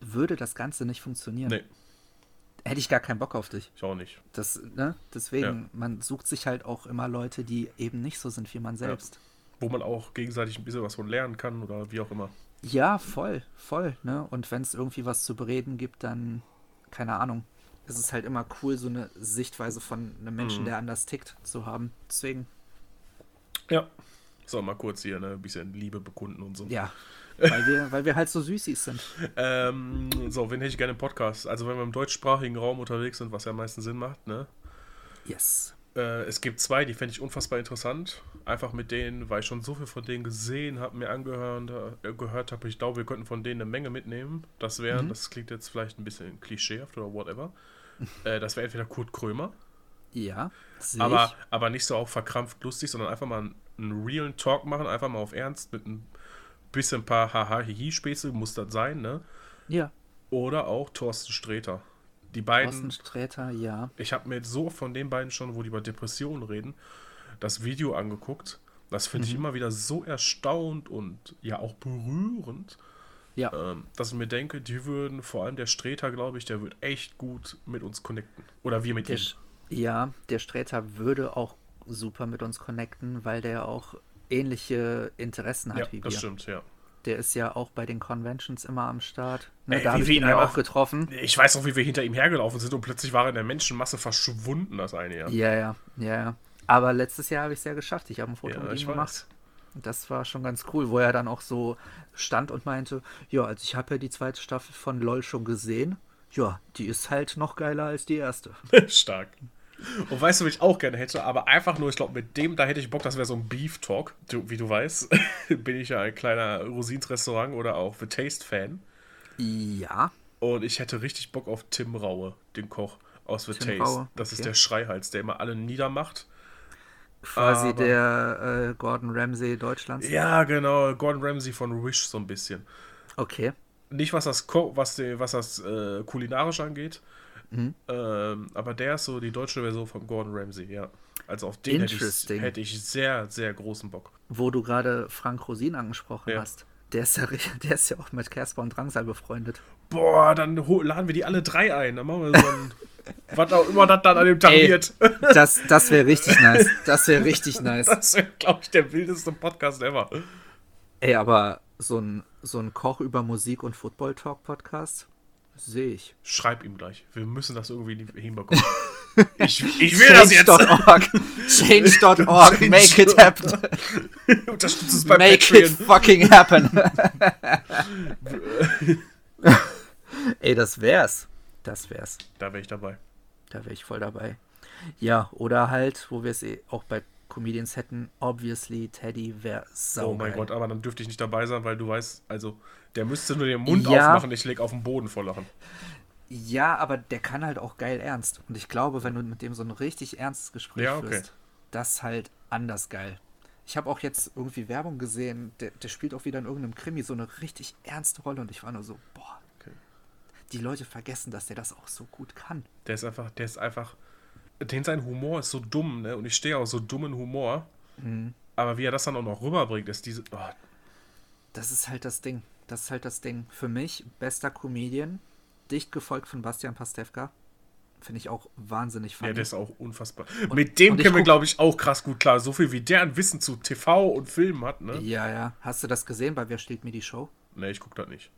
A: würde das Ganze nicht funktionieren.
B: Nee.
A: Hätte ich gar keinen Bock auf dich.
B: Ich auch nicht.
A: Das, ne? Deswegen, ja. man sucht sich halt auch immer Leute, die eben nicht so sind wie man selbst.
B: Ja. Wo man auch gegenseitig ein bisschen was von lernen kann oder wie auch immer.
A: Ja, voll, voll. Ne? Und wenn es irgendwie was zu bereden gibt, dann, keine Ahnung, es ist halt immer cool, so eine Sichtweise von einem Menschen, mhm. der anders tickt, zu haben. Deswegen.
B: Ja. So, mal kurz hier ne, ein bisschen Liebe bekunden und so.
A: *laughs* Ja. Weil wir, weil wir halt so süßig sind.
B: Ähm, so, wen hätte ich gerne im Podcast? Also, wenn wir im deutschsprachigen Raum unterwegs sind, was ja am meisten Sinn macht, ne?
A: Yes.
B: Äh, es gibt zwei, die fände ich unfassbar interessant. Einfach mit denen, weil ich schon so viel von denen gesehen habe, mir angehört äh, gehört habe. Ich glaube, wir könnten von denen eine Menge mitnehmen. Das wären,
A: Mhm.
B: das klingt jetzt vielleicht ein bisschen klischeehaft oder whatever. *laughs* Äh, das wäre entweder Kurt Krömer,
A: Ja, sehe ich.
B: aber, aber nicht so auch verkrampft lustig, sondern einfach mal einen, einen realen Talk machen, einfach mal auf Ernst mit ein bisschen paar Haha-Hihi-Späße, muss das sein, ne?
A: Ja,
B: Oder auch Thorsten Sträter. Die beiden
A: Thorsten Sträter, ja.
B: ich habe mir jetzt so von den beiden schon, wo die über Depressionen reden, das Video angeguckt. Das finde
A: Mhm.
B: ich immer wieder so erstaunt und ja auch berührend,
A: Ja,
B: ähm, dass ich mir denke, die würden, vor allem der Streter, glaube ich, der wird echt gut mit uns connecten. Oder wir mit
A: der,
B: ihm.
A: Sch- ja, der Sträter würde auch super mit uns connecten, weil der auch ähnliche Interessen
B: Ja,
A: hat wie wir.
B: das stimmt, ja.
A: Der ist ja auch bei den Conventions immer am Start. Ne,
B: Ey,
A: da
B: wie
A: habe ich
B: wir
A: ihn
B: ihn
A: ja
B: einfach-
A: auch getroffen.
B: Ich weiß noch, wie wir hinter ihm hergelaufen sind und plötzlich war er in der Menschenmasse verschwunden, das eine Jahr.
A: Ja, ja, ja, ja. Aber letztes Jahr habe ich es ja geschafft. Ich habe ein Foto
B: Ja,
A: mit
B: ich
A: ihm gemacht.
B: weiß.
A: Und Das war schon ganz cool, wo er dann auch so stand und meinte, ja, also ich habe ja die zweite Staffel von LOL schon gesehen. Ja, die ist halt noch geiler als die erste.
B: Stark. Und weißt du, wie ich auch gerne hätte, aber einfach nur, ich glaube, mit dem, da hätte ich Bock, das wäre so ein Beef Talk. Du, wie du weißt, *laughs* bin ich ja ein kleiner Rosins Restaurant oder auch The Taste Fan.
A: Ja,
B: Und ich hätte richtig Bock auf Tim Raue, den Koch aus The
A: Tim
B: Taste.
A: Raue,
B: Das ist
A: okay.
B: der Schreihals, der immer alle niedermacht.
A: quasi
B: Aber-
A: der äh, Gordon Ramsay Deutschlands.
B: Ja, genau, Gordon Ramsay von Wish so ein bisschen.
A: Okay.
B: Nicht, was das, Ko was die, was das äh, kulinarisch angeht,
A: Mhm.
B: ähm, aber der ist so die deutsche Version von Gordon Ramsay, ja. Also auf den hätte ich,
A: Interesting.
B: hätte ich sehr, sehr großen Bock.
A: Wo du gerade Frank Rosin angesprochen
B: Ja.
A: hast. Der ist, ja, ri- *laughs* der ist ja auch mit Casper und Drangsal befreundet.
B: Boah, dann ho- laden wir die alle drei ein. Dann machen wir so
A: *laughs*
B: ein. was auch immer das dann an dem Tag
A: Ey.
B: wird.
A: *laughs* Das, das wäre richtig nice. Das wäre richtig nice.
B: Das wäre, glaube ich, der wildeste Podcast ever.
A: Ey, aber so ein, so ein Koch über Musik und Football Talk Podcast sehe ich.
B: Schreib ihm gleich. Wir müssen das irgendwie
A: *laughs*
B: hinbekommen. ich, ich will das jetzt.
A: Change.org. Change.org. Make it happen.
B: *laughs* Unterstützt es bei
A: Make it
B: Patreon.
A: fucking
B: *laughs*
A: happen. Ey, das wär's. Das wär's.
B: Da wäre ich dabei.
A: Da wäre ich voll dabei. Ja, oder halt, wo wir es eh auch bei Comedians hätten, obviously Teddy wäre sau.
B: Oh mein Gott, aber dann dürfte ich nicht dabei sein, weil du weißt, also, der müsste nur den Mund
A: Ja.
B: aufmachen. Ich leg auf den Boden vor Lachen.
A: Ja, aber der kann halt auch geil ernst. Und ich glaube, wenn du mit dem so ein richtig ernstes Gespräch
B: Ja, okay.
A: führst, das ist halt anders geil. Ich habe auch jetzt irgendwie Werbung gesehen, der, der spielt auch wieder in irgendeinem Krimi so eine richtig ernste Rolle und ich war nur so, boah,
B: Okay.
A: die Leute vergessen, dass der das auch so gut kann.
B: Der ist einfach, der ist einfach. Den sein Humor ist so dumm, ne? Und ich stehe auf so dummen Humor.
A: Mhm.
B: Aber wie er das dann auch noch rüberbringt, ist diese. Oh,
A: Das ist halt das Ding. Das ist halt das Ding. Für mich, bester Comedian, dicht gefolgt von Bastian Pastewka. Finde ich auch wahnsinnig
B: ja,
A: funny.
B: der ist auch unfassbar. Mit dem
A: und ich
B: können wir,
A: guck-
B: glaube ich, auch krass gut klar. So viel wie der an Wissen zu TV und Filmen hat, ne?
A: ja, ja. Hast du das gesehen bei Wer steht mir die Show?
B: Ne, ich guck das nicht.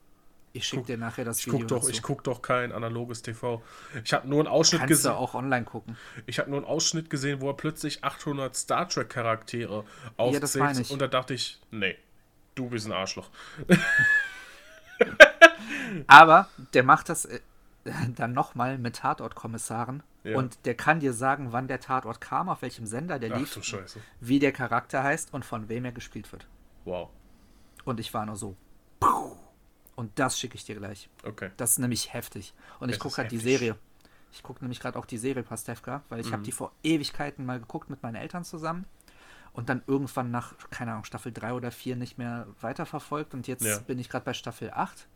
A: Ich schicke dir nachher das
B: Ich
A: Video
B: guck doch,
A: dazu.
B: ich guck doch kein analoges TV. Ich habe nur einen Ausschnitt
A: Kannst du
B: gesehen.
A: auch online gucken.
B: Ich habe nur einen Ausschnitt gesehen, wo er plötzlich 800 Star Trek Charaktere
A: Ja, das meine
B: aufzählt
A: ich.
B: und da dachte ich, nee, du bist ein Arschloch.
A: Aber der macht das äh, *laughs* dann nochmal mit Tatortkommissaren.
B: Ja.
A: Und der kann dir sagen, wann der Tatort kam, auf welchem Sender der
B: Ach
A: lief,
B: du Scheiße.
A: wie der Charakter heißt und von wem er gespielt wird.
B: Wow.
A: Und ich war nur so. puh. Und das schicke ich dir gleich.
B: Okay.
A: Das ist nämlich heftig. Und ich
B: Das
A: gucke
B: ist
A: gerade die
B: heftig. Mhm.
A: Serie. Ich gucke nämlich gerade auch die Serie Pastewka, weil ich habe die vor Ewigkeiten mal geguckt mit meinen Eltern zusammen und dann irgendwann nach, keine Ahnung, Staffel 3 oder 4 nicht mehr weiterverfolgt. Und jetzt
B: Ja.
A: bin ich gerade bei Staffel 8.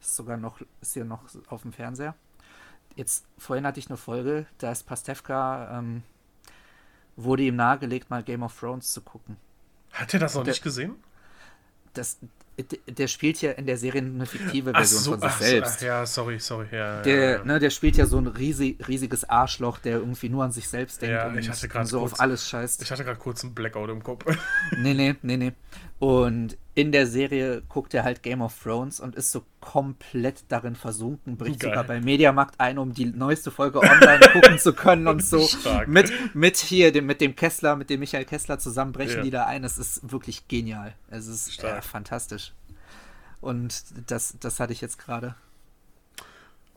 A: Ist sogar noch, ist hier noch auf dem Fernseher. Jetzt, vorhin hatte ich eine Folge, da ist Pastewka, ähm, wurde ihm nahegelegt, mal Game of Thrones zu gucken.
B: Hat er das noch
A: Der-
B: nicht gesehen?
A: Das, d- der spielt ja in der Serie eine fiktive
B: Ach
A: Version
B: so,
A: von sich
B: ach so,
A: selbst.
B: ach ja, sorry, sorry. Ja, ja,
A: Der,
B: ja.
A: ne, der spielt ja so ein riesig, riesiges Arschloch, der irgendwie nur an sich selbst denkt
B: Ja,
A: und,
B: ich hatte
A: und
B: grad
A: so
B: kurz-
A: auf alles scheißt.
B: Ich hatte gerade kurz einen Blackout im Kopf.
A: Nee, nee, nee, nee. Und in der Serie guckt er halt Game of Thrones und ist so komplett darin versunken, bricht
B: Geil.
A: sogar bei Mediamarkt ein, um die neueste Folge online gucken zu können
B: *laughs*
A: und so.
B: Stark.
A: Mit, mit hier, dem, mit dem Kessler, mit dem Michael Kessler zusammenbrechen
B: Ja.
A: die da ein. Es ist wirklich genial. Es ist
B: Stark.
A: äh, fantastisch. Und das, das hatte ich jetzt gerade.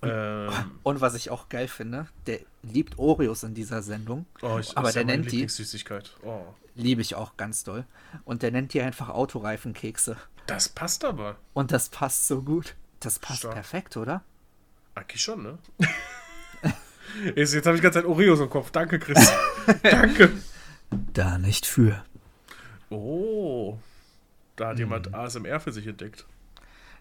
A: Und, *laughs* ähm, und, was ich auch geil finde, der liebt Oreos in dieser Sendung.
B: Oh, ich,
A: aber der
B: ja
A: nennt die.
B: Süßigkeit. Oh.
A: Liebe ich auch ganz doll. Und der nennt die einfach Autoreifenkekse.
B: Das passt aber.
A: Und das passt so gut. Das passt
B: Stark.
A: perfekt, oder?
B: Eigentlich schon, ne? *laughs* jetzt jetzt habe ich die ganze Zeit Oreos im Kopf.
A: *laughs*
B: Danke, Chris. Danke.
A: Da nicht für.
B: Oh. Da hat jemand ASMR für sich entdeckt.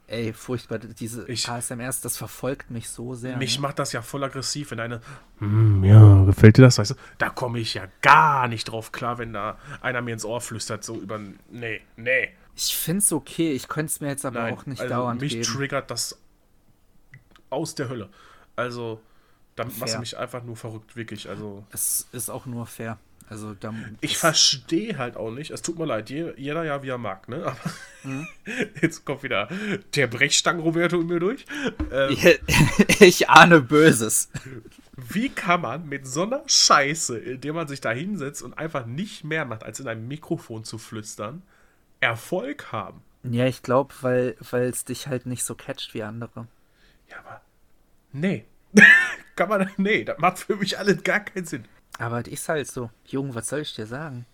A: Ey, furchtbar, diese
B: Ich-
A: ASMRs, das verfolgt mich so sehr.
B: Mich
A: ne?
B: macht das ja voll aggressiv, wenn eine, hm, ja, gefällt dir das, weißt du? Da komme ich ja gar nicht drauf klar, wenn da einer mir ins Ohr flüstert, so über, nee, nee,
A: Ich find's okay, ich könnte es mir jetzt aber
B: nein.
A: auch nicht
B: also
A: dauernd
B: mich
A: geben.
B: triggert das aus der Hölle. Also, damit machst du
A: Fair.
B: mich einfach nur verrückt, wirklich, also.
A: Es ist auch nur fair. Also, da,
B: Ich
A: das-
B: verstehe halt auch nicht, es tut mir leid, je- jeder ja wie er mag, ne? Aber *laughs* jetzt kommt wieder der Brechstangen-Roberto in mir durch. Ähm,
A: *laughs* ich ahne Böses.
B: Wie kann man mit so einer Scheiße, indem man sich da hinsetzt und einfach nicht mehr macht, als in einem Mikrofon zu flüstern, Erfolg haben?
A: Ja, ich glaube, weil es dich halt nicht so catcht wie andere.
B: Ja, aber nee. *laughs* kann man, nee, das macht für mich alles gar keinen Sinn.
A: Aber das ist halt so. Jung, was soll ich dir sagen?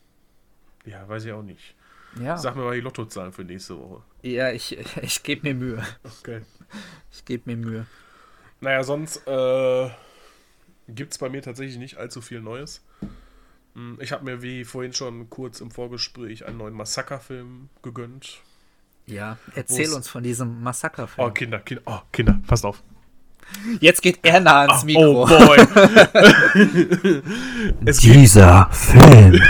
B: Ja, weiß ich auch nicht.
A: Ja,
B: Sag mir mal die Lottozahlen für nächste Woche.
A: ja ich, *laughs* ich gebe mir Mühe.
B: Okay.
A: Ich gebe mir Mühe.
B: Naja, sonst äh, gibt es bei mir tatsächlich nicht allzu viel Neues. Hm, Ich habe mir, wie vorhin schon kurz im Vorgespräch, einen neuen Massaker-Film gegönnt.
A: Ja, erzähl
B: Wo's-
A: uns von diesem Massakerfilm.
B: Oh, Kinder, Kinder, oh, Kinder, passt auf.
A: Oh, Jetzt geht er nah ans Mikro. *laughs*
B: Oh boy. es geht,
A: Dieser Film.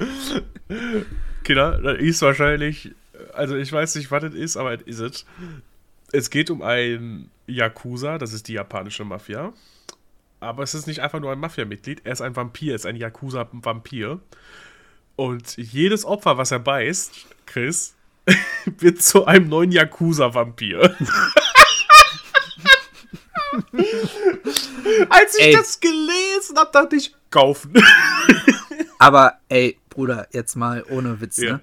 B: *laughs* Kinder, das ist wahrscheinlich, also ich weiß nicht, was das ist, aber es ist es. Es geht um einen Yakuza, das ist die japanische Mafia. Aber es ist nicht einfach nur ein Mafia-Mitglied, er ist ein Vampir, ist ein Yakuza-Vampir. Und jedes Opfer, was er beißt, Chris, *laughs* wird zu einem neuen Yakuza-Vampir. *laughs* Als ich
A: Ey.
B: das gelesen habe, dachte ich, kaufen. *laughs*
A: Aber ey, Bruder, jetzt mal ohne Witz,
B: Ja.
A: ne?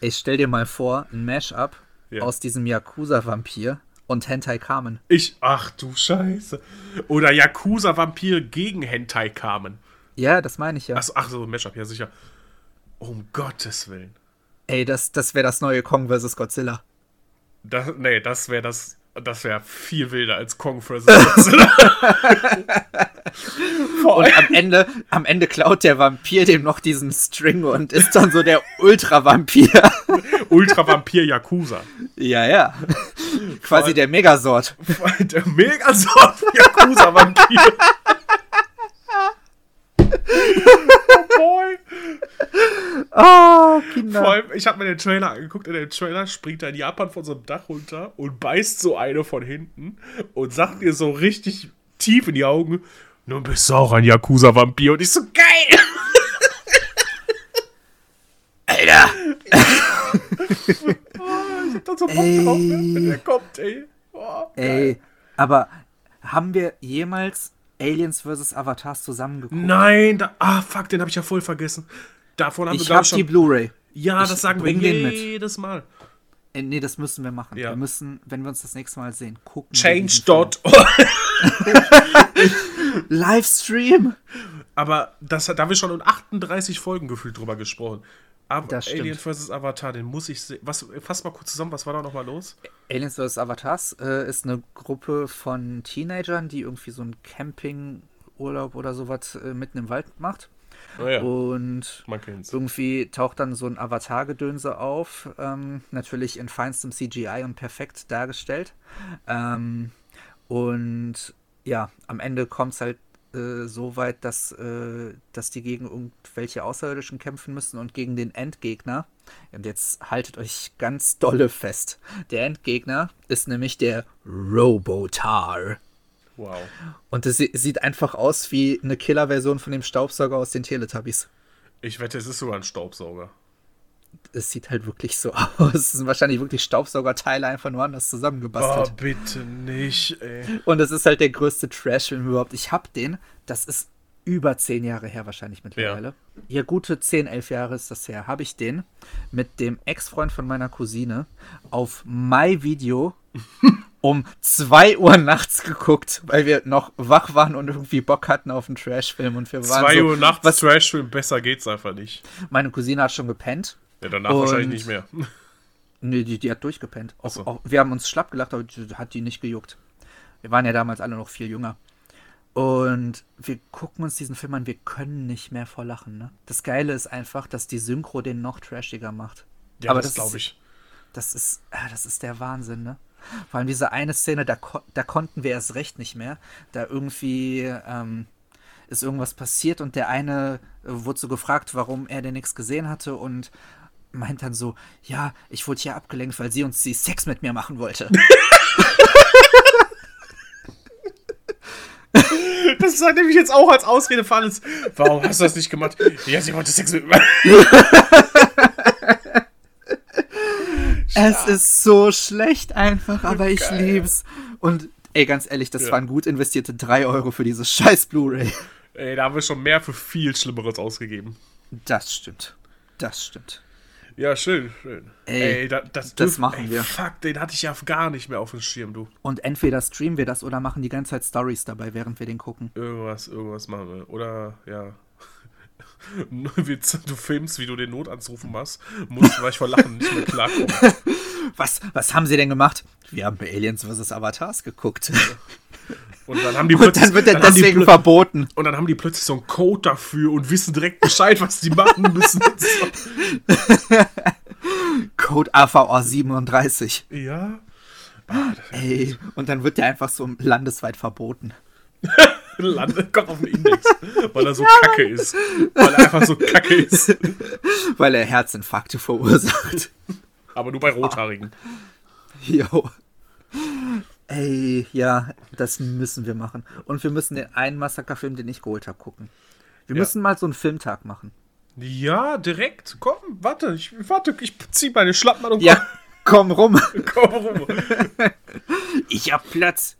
A: Ich stell dir mal vor, ein Mashup
B: Ja.
A: aus diesem Yakuza-Vampir und Hentai Carmen.
B: Ich, ach du Scheiße. Oder Yakuza-Vampir gegen Hentai kamen.
A: Ja, das meine ich ja.
B: Achso, ach so, ein Mashup, ja sicher. Um Gottes Willen.
A: Ey, das, das wäre das neue Kong vs. Godzilla.
B: Das, nee, das wäre das. Das wäre viel wilder als Kong vs. Godzilla. Vor
A: Und
B: allem-
A: am Ende, am Ende klaut der Vampir dem noch diesen String und ist dann so *laughs* der Ultra-Vampir.
B: Ultra-Vampir Yakuza.
A: ja, *laughs* ja. Quasi der Megasort.
B: Vor allem Der Megasort Yakuza-Vampir. oh boy.
A: Oh,
B: Vor
A: Kinder.
B: allem, ich habe mir den Trailer angeguckt. In dem Trailer springt er in Japan von so einem Dach runter und beißt so eine von hinten und sagt ihr so richtig tief in die Augen: Nun bist du auch ein Yakuza-Vampir. Und ich so: Geil! *laughs*
A: Alter.
B: Ich hab da so Bock drauf, ne?
A: Ey.
B: wenn der kommt, ey. Boah, geil.
A: Ey, aber haben wir jemals Aliens vs. Avatars zusammengeguckt?
B: Nein, da, ah, fuck, den habe ich ja voll vergessen. Davon haben wir,
A: Ich
B: glaube
A: hab
B: ich,
A: die
B: schon.
A: Blu-ray.
B: Ja,
A: ich
B: das sagen wir
A: bring den mit.
B: jedes Mal.
A: Äh, Nee, das müssen wir machen.
B: Ja.
A: Wir müssen, wenn wir uns das nächste Mal sehen, gucken. wir diesen Film.
B: Change.org.
A: Livestream!
B: Aber das, da haben wir schon in 38 Folgen gefühlt drüber gesprochen. Aber
A: Das stimmt.
B: Alien vs. Avatar, den muss ich sehen. Was, fass mal kurz zusammen, was war da nochmal los?
A: Aliens vs. Avatars äh, ist eine Gruppe von Teenagern, die irgendwie so einen Campingurlaub oder sowas äh, mitten im Wald macht.
B: Naja,
A: Und
B: Oh. man kennt's.
A: irgendwie taucht dann so ein Avatar-Gedönse auf, ähm, natürlich in feinstem CGI und perfekt dargestellt. Ähm, und ja, am Ende kommt es halt äh, so weit, dass, äh, dass die gegen irgendwelche Außerirdischen kämpfen müssen und gegen den Endgegner. Und jetzt haltet euch ganz dolle fest. Der Endgegner ist nämlich der Robotar.
B: Wow.
A: Und es sie- sieht einfach aus wie eine Killer-Version von dem Staubsauger aus den Teletubbies.
B: Ich wette, es ist sogar ein Staubsauger.
A: es sieht halt wirklich so *laughs* aus. Es sind wahrscheinlich wirklich Staubsaugerteile einfach nur anders
B: Oh,
A: zusammengebastelt.
B: bitte nicht, ey.
A: Und es ist halt der größte Trash-Film überhaupt. Ich hab den, das ist über zehn Jahre her wahrscheinlich mittlerweile. Ja, gute zehn, elf Jahre ist das her. Habe ich den
B: *laughs*
A: mit dem Ex-Freund von meiner Cousine auf My Video um 2 Uhr nachts geguckt, weil wir noch wach waren und irgendwie Bock hatten auf einen Trashfilm. Und wir waren
B: 2
A: so,
B: Uhr nachts
A: was-
B: Trashfilm, besser geht's einfach nicht.
A: Meine Cousine hat schon gepennt.
B: Ja, danach
A: Und-
B: wahrscheinlich nicht mehr.
A: Nee, die, die hat durchgepennt. Auch,
B: so.
A: auch, wir haben uns schlapp gelacht, aber die, hat die nicht gejuckt. Wir waren ja damals alle noch viel jünger. Und wir gucken uns diesen Film an, wir können nicht mehr vor Lachen. Ne? Das Geile ist einfach, dass die Synchro den noch trashiger macht.
B: Ja, das, glaube
A: ist-
B: ich.
A: Das ist, ah, das ist der Wahnsinn, ne? Vor allem diese eine Szene, da, ko da konnten wir erst recht nicht mehr. Da irgendwie ähm, ist irgendwas passiert und der eine äh, wurde so gefragt, warum er denn nichts gesehen hatte und meint dann so, ja, ich wurde hier abgelenkt, weil sie uns sie Sex mit mir machen wollte.
B: Das sagt nämlich jetzt auch als Ausrede für alles. Warum hast du das nicht gemacht? Ja, sie wollte Sex mit mir.
A: es ist so schlecht einfach, aber ich
B: Geil.
A: lieb's. Und ey, ganz ehrlich, das
B: Ja.
A: waren gut investierte 3 Euro für diese scheiß Blu-ray.
B: Ey, da haben wir schon mehr für viel Schlimmeres ausgegeben.
A: Das stimmt. Das stimmt.
B: Ja, schön, schön.
A: Ey,
B: da-
A: das
B: das, dürfen-
A: machen
B: ey,
A: wir.
B: Fuck, den hatte ich ja gar nicht mehr auf dem Schirm, du.
A: Und entweder streamen wir das oder machen die ganze Zeit Stories dabei, während wir den gucken.
B: Irgendwas, irgendwas machen wir. Oder, ja. *laughs* Wir- Du filmst, wie du den Notanruf machst, musst, weil ich vor Lachen nicht mehr klarkommen.
A: Was, was haben sie denn gemacht? Wir haben bei Aliens vs. Avatars geguckt.
B: Und dann haben die
A: *laughs* Und dann wird der
B: haben die
A: deswegen
B: plö-
A: verboten.
B: und dann haben die plötzlich so einen Code dafür und wissen direkt Bescheid, was die machen
A: *laughs*
B: müssen.
A: Code AVA 37.
B: ja.
A: Ey, und dann wird der einfach so landesweit verboten.
B: Landet, kommt auf den Index, weil er so kacke ist. Weil er einfach so kacke ist.
A: Weil er Herzinfarkte verursacht. *laughs*
B: Aber nur bei Rothaarigen.
A: Jo. Ey, ja, das müssen wir machen. Und wir müssen den einen Massakerfilm, den ich geholt habe, gucken. Wir
B: Ja.
A: müssen mal so einen Filmtag machen.
B: Ja, direkt. Komm, warte, ich, warte, ich zieh meine Schlappen an und
A: Ja, komm rum.
B: komm rum. *laughs*
A: Ich hab Platz.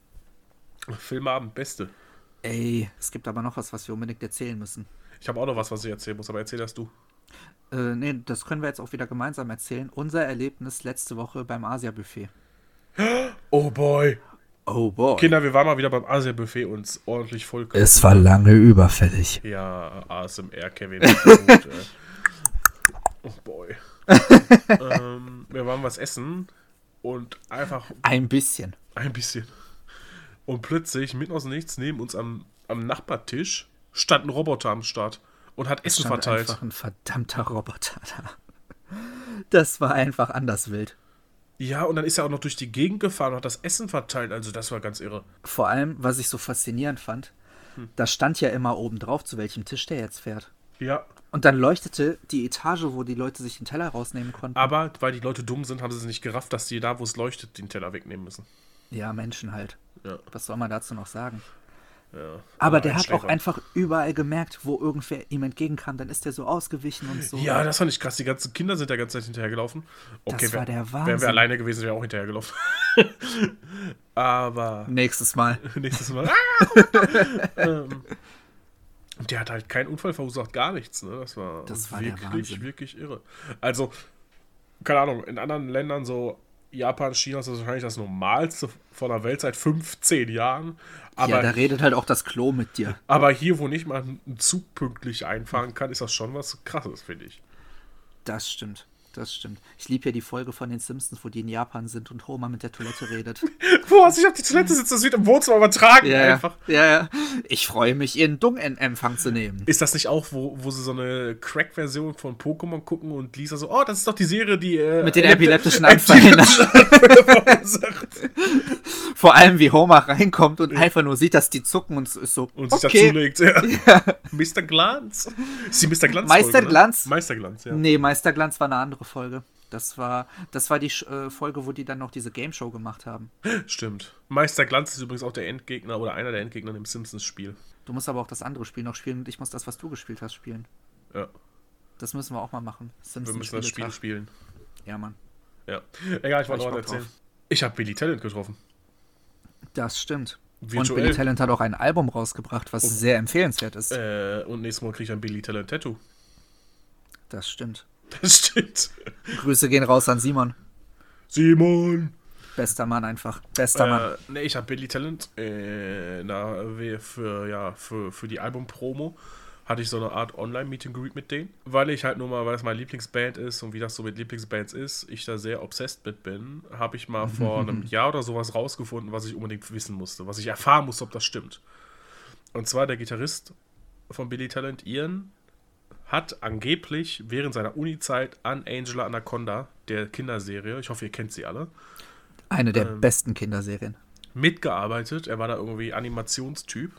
B: Filmabend, beste.
A: Ey, es gibt aber noch was, was wir unbedingt erzählen müssen.
B: Ich habe auch noch was, was ich erzählen muss, aber erzähl das du.
A: Äh, nee, das können wir jetzt auch wieder gemeinsam erzählen. Unser Erlebnis letzte Woche beim Asia-Buffet.
B: Oh boy.
A: Oh boy.
B: Kinder, wir waren mal wieder beim Asia-Buffet und uns ordentlich voll.
A: Es war lange überfällig.
B: Ja, ASMR, Kevin. Gut,
A: *laughs*
B: äh. Oh boy. ähm, wir waren was essen und einfach
A: Ein bisschen.
B: ein bisschen. Und plötzlich, mitten aus dem Nichts, neben uns am, am Nachbartisch stand ein Roboter am Start und hat Essen
A: Stand
B: verteilt.
A: einfach ein verdammter Roboter da. Das war einfach anders wild.
B: Ja, und dann ist er auch noch durch die Gegend gefahren und hat das Essen verteilt. Also das war ganz irre.
A: Vor allem, was ich so faszinierend fand,
B: Hm.
A: da stand ja immer oben drauf, zu welchem Tisch der jetzt fährt.
B: Ja,
A: Und dann leuchtete die Etage, wo die Leute sich den Teller rausnehmen konnten.
B: aber weil die Leute dumm sind, haben sie es nicht gerafft, dass die da, wo es leuchtet, den Teller wegnehmen müssen.
A: Ja, Menschen halt.
B: Ja.
A: Was soll man dazu noch sagen?
B: Ja,
A: Aber
B: war
A: der
B: ein
A: hat auch
B: Schläfer.
A: einfach überall gemerkt, wo irgendwer ihm entgegenkam. Dann ist der so ausgewichen und so.
B: Ja, das fand ich krass. Die ganzen Kinder sind da ganze Zeit hinterhergelaufen. Okay,
A: war der
B: Wären
A: Wahnsinn.
B: wir alleine gewesen, wären wir auch hinterhergelaufen. *laughs* Aber
A: Nächstes Mal.
B: *laughs*
A: *laughs*
B: nächstes Mal. ähm, der hat halt keinen Unfall verursacht, gar nichts. Ne? Das war,
A: Das war der
B: wirklich,
A: Wahnsinn.
B: wirklich irre. Also, keine Ahnung, in anderen Ländern so. Japan, China ist das wahrscheinlich das Normalste von der Welt seit 15 Jahren.
A: ja,
B: Aber
A: da redet halt auch das Klo mit dir.
B: Aber hier, wo nicht mal ein Zug pünktlich einfahren kann, ist das schon was Krasses,
A: *laughs*
B: finde ich.
A: Das stimmt. Das stimmt. Ich liebe ja die Folge von den Simpsons, wo die in Japan sind und Homer mit der Toilette redet.
B: Boah, als Also ich auf die Toilette sitze, das wird im Wohnzimmer übertragen einfach.
A: *laughs* ja, ja. Ich freue mich, ihren Dung in Empfang zu nehmen.
B: Ist das nicht auch, wo, wo sie so eine Crack-Version von Pokémon gucken und Lisa so, oh, das ist doch die Serie, die. Äh,
A: Mit den
B: Elep-
A: epileptischen Anfällen.
B: verursacht.
A: Vor allem, wie Homer reinkommt und einfach nur sieht, dass die zucken und so ist so.
B: *laughs* und sich
A: okay.
B: dazulegt. Ja. Mr. Glanz. Ist die Mr. Glanz.
A: Meister Glanz?
B: Ne? Meister Glanz, ja.
A: Nee, Meisterglanz war eine andere Folge. Das war, das war die Sch- äh, Folge, wo die dann noch diese Game Show gemacht haben.
B: Stimmt. Meister Glanz ist übrigens auch der Endgegner oder einer der Endgegner im Simpsons-Spiel.
A: Du musst aber auch das andere Spiel noch spielen und ich muss das, was du gespielt hast, spielen.
B: Ja.
A: Das müssen wir auch mal machen. Simpsons
B: Wir müssen das Spiel
A: Spieltag.
B: spielen.
A: Ja, Mann.
B: Ja. Egal,
A: Hab ich
B: ich wollte noch was
A: Bock drauf.
B: erzählen. Ich habe Billy Talent getroffen.
A: Das stimmt.
B: Virtuell.
A: Und
B: Oh.
A: Billy Talent hat auch ein Album rausgebracht, was sehr empfehlenswert ist.
B: Äh, und nächstes Mal kriege ich ein Billy Talent Tattoo.
A: Das stimmt.
B: Das stimmt.
A: *laughs* Grüße gehen raus an Simon.
B: Simon!
A: Bester Mann einfach. Bester
B: äh,
A: Mann.
B: Ne, ich habe Billy Talent äh, na, wir- für, ja, für, für die Album-Promo hatte ich so eine Art Online-Meet-and-Greet mit denen, weil ich halt nur mal, weil das meine Lieblingsband ist und wie das so mit Lieblingsbands ist, ich da sehr obsessed mit bin, habe ich
A: *laughs*
B: mal vor einem Jahr oder sowas rausgefunden, was ich unbedingt wissen musste, was ich erfahren musste, ob das stimmt. Und zwar der Gitarrist von Billy Talent, Ian, hat angeblich während seiner Uni-Zeit an Angela Anaconda, der Kinderserie, ich hoffe, ihr kennt sie alle,
A: Eine der
B: ähm.
A: besten Kinderserien.
B: mitgearbeitet. Er war da irgendwie Animationstyp.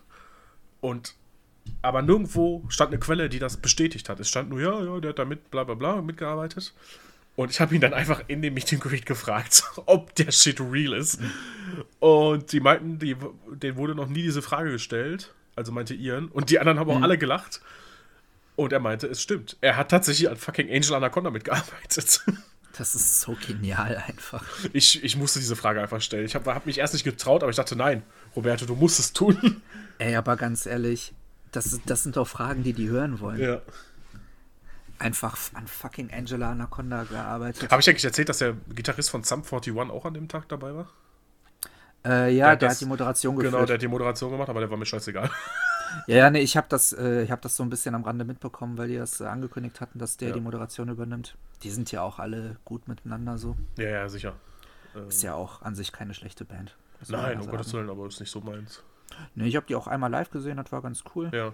B: Und aber nirgendwo stand eine Quelle, die das bestätigt hat. Es stand nur, ja, ja, der hat da mit bla bla bla mitgearbeitet. Und ich habe ihn dann einfach in dem Meeting Greet gefragt, *laughs* ob der Shit real ist. Und die meinten, die, denen wurde noch nie diese Frage gestellt. Also meinte Ian. Und die anderen haben auch alle gelacht. Und er meinte, es stimmt. Er hat tatsächlich an fucking Angel Anaconda mitgearbeitet. *laughs*
A: Das ist so genial einfach.
B: Ich, ich musste diese Frage einfach stellen. Ich habe hab mich erst nicht getraut, aber ich dachte, nein, Roberto, du musst es
A: *laughs*
B: tun.
A: Ey, aber ganz ehrlich, das, das sind doch Fragen, die die hören wollen.
B: Ja.
A: Einfach an fucking Angela Anaconda gearbeitet.
B: Habe ich eigentlich erzählt, dass der Gitarrist von Sum 41 auch an dem Tag dabei war?
A: Äh, ja,
B: der
A: der,
B: hat das-
A: hat die Moderation geführt.
B: Genau, der hat die Moderation gemacht, aber der war mir scheißegal. *laughs*
A: Ja, ja, nee, ich habe das, äh, ich hab das so ein bisschen am Rande mitbekommen, weil die das äh, angekündigt hatten, dass der
B: Ja.
A: die Moderation übernimmt. Die sind ja auch alle gut miteinander so.
B: ja, ja, sicher.
A: Ist ja auch an sich keine schlechte Band. muss man
B: Nein,
A: ja
B: um
A: sagen.
B: Gottes Willen, aber ist nicht so meins.
A: Nee, ich habe die auch einmal live gesehen, das war ganz cool.
B: Ja.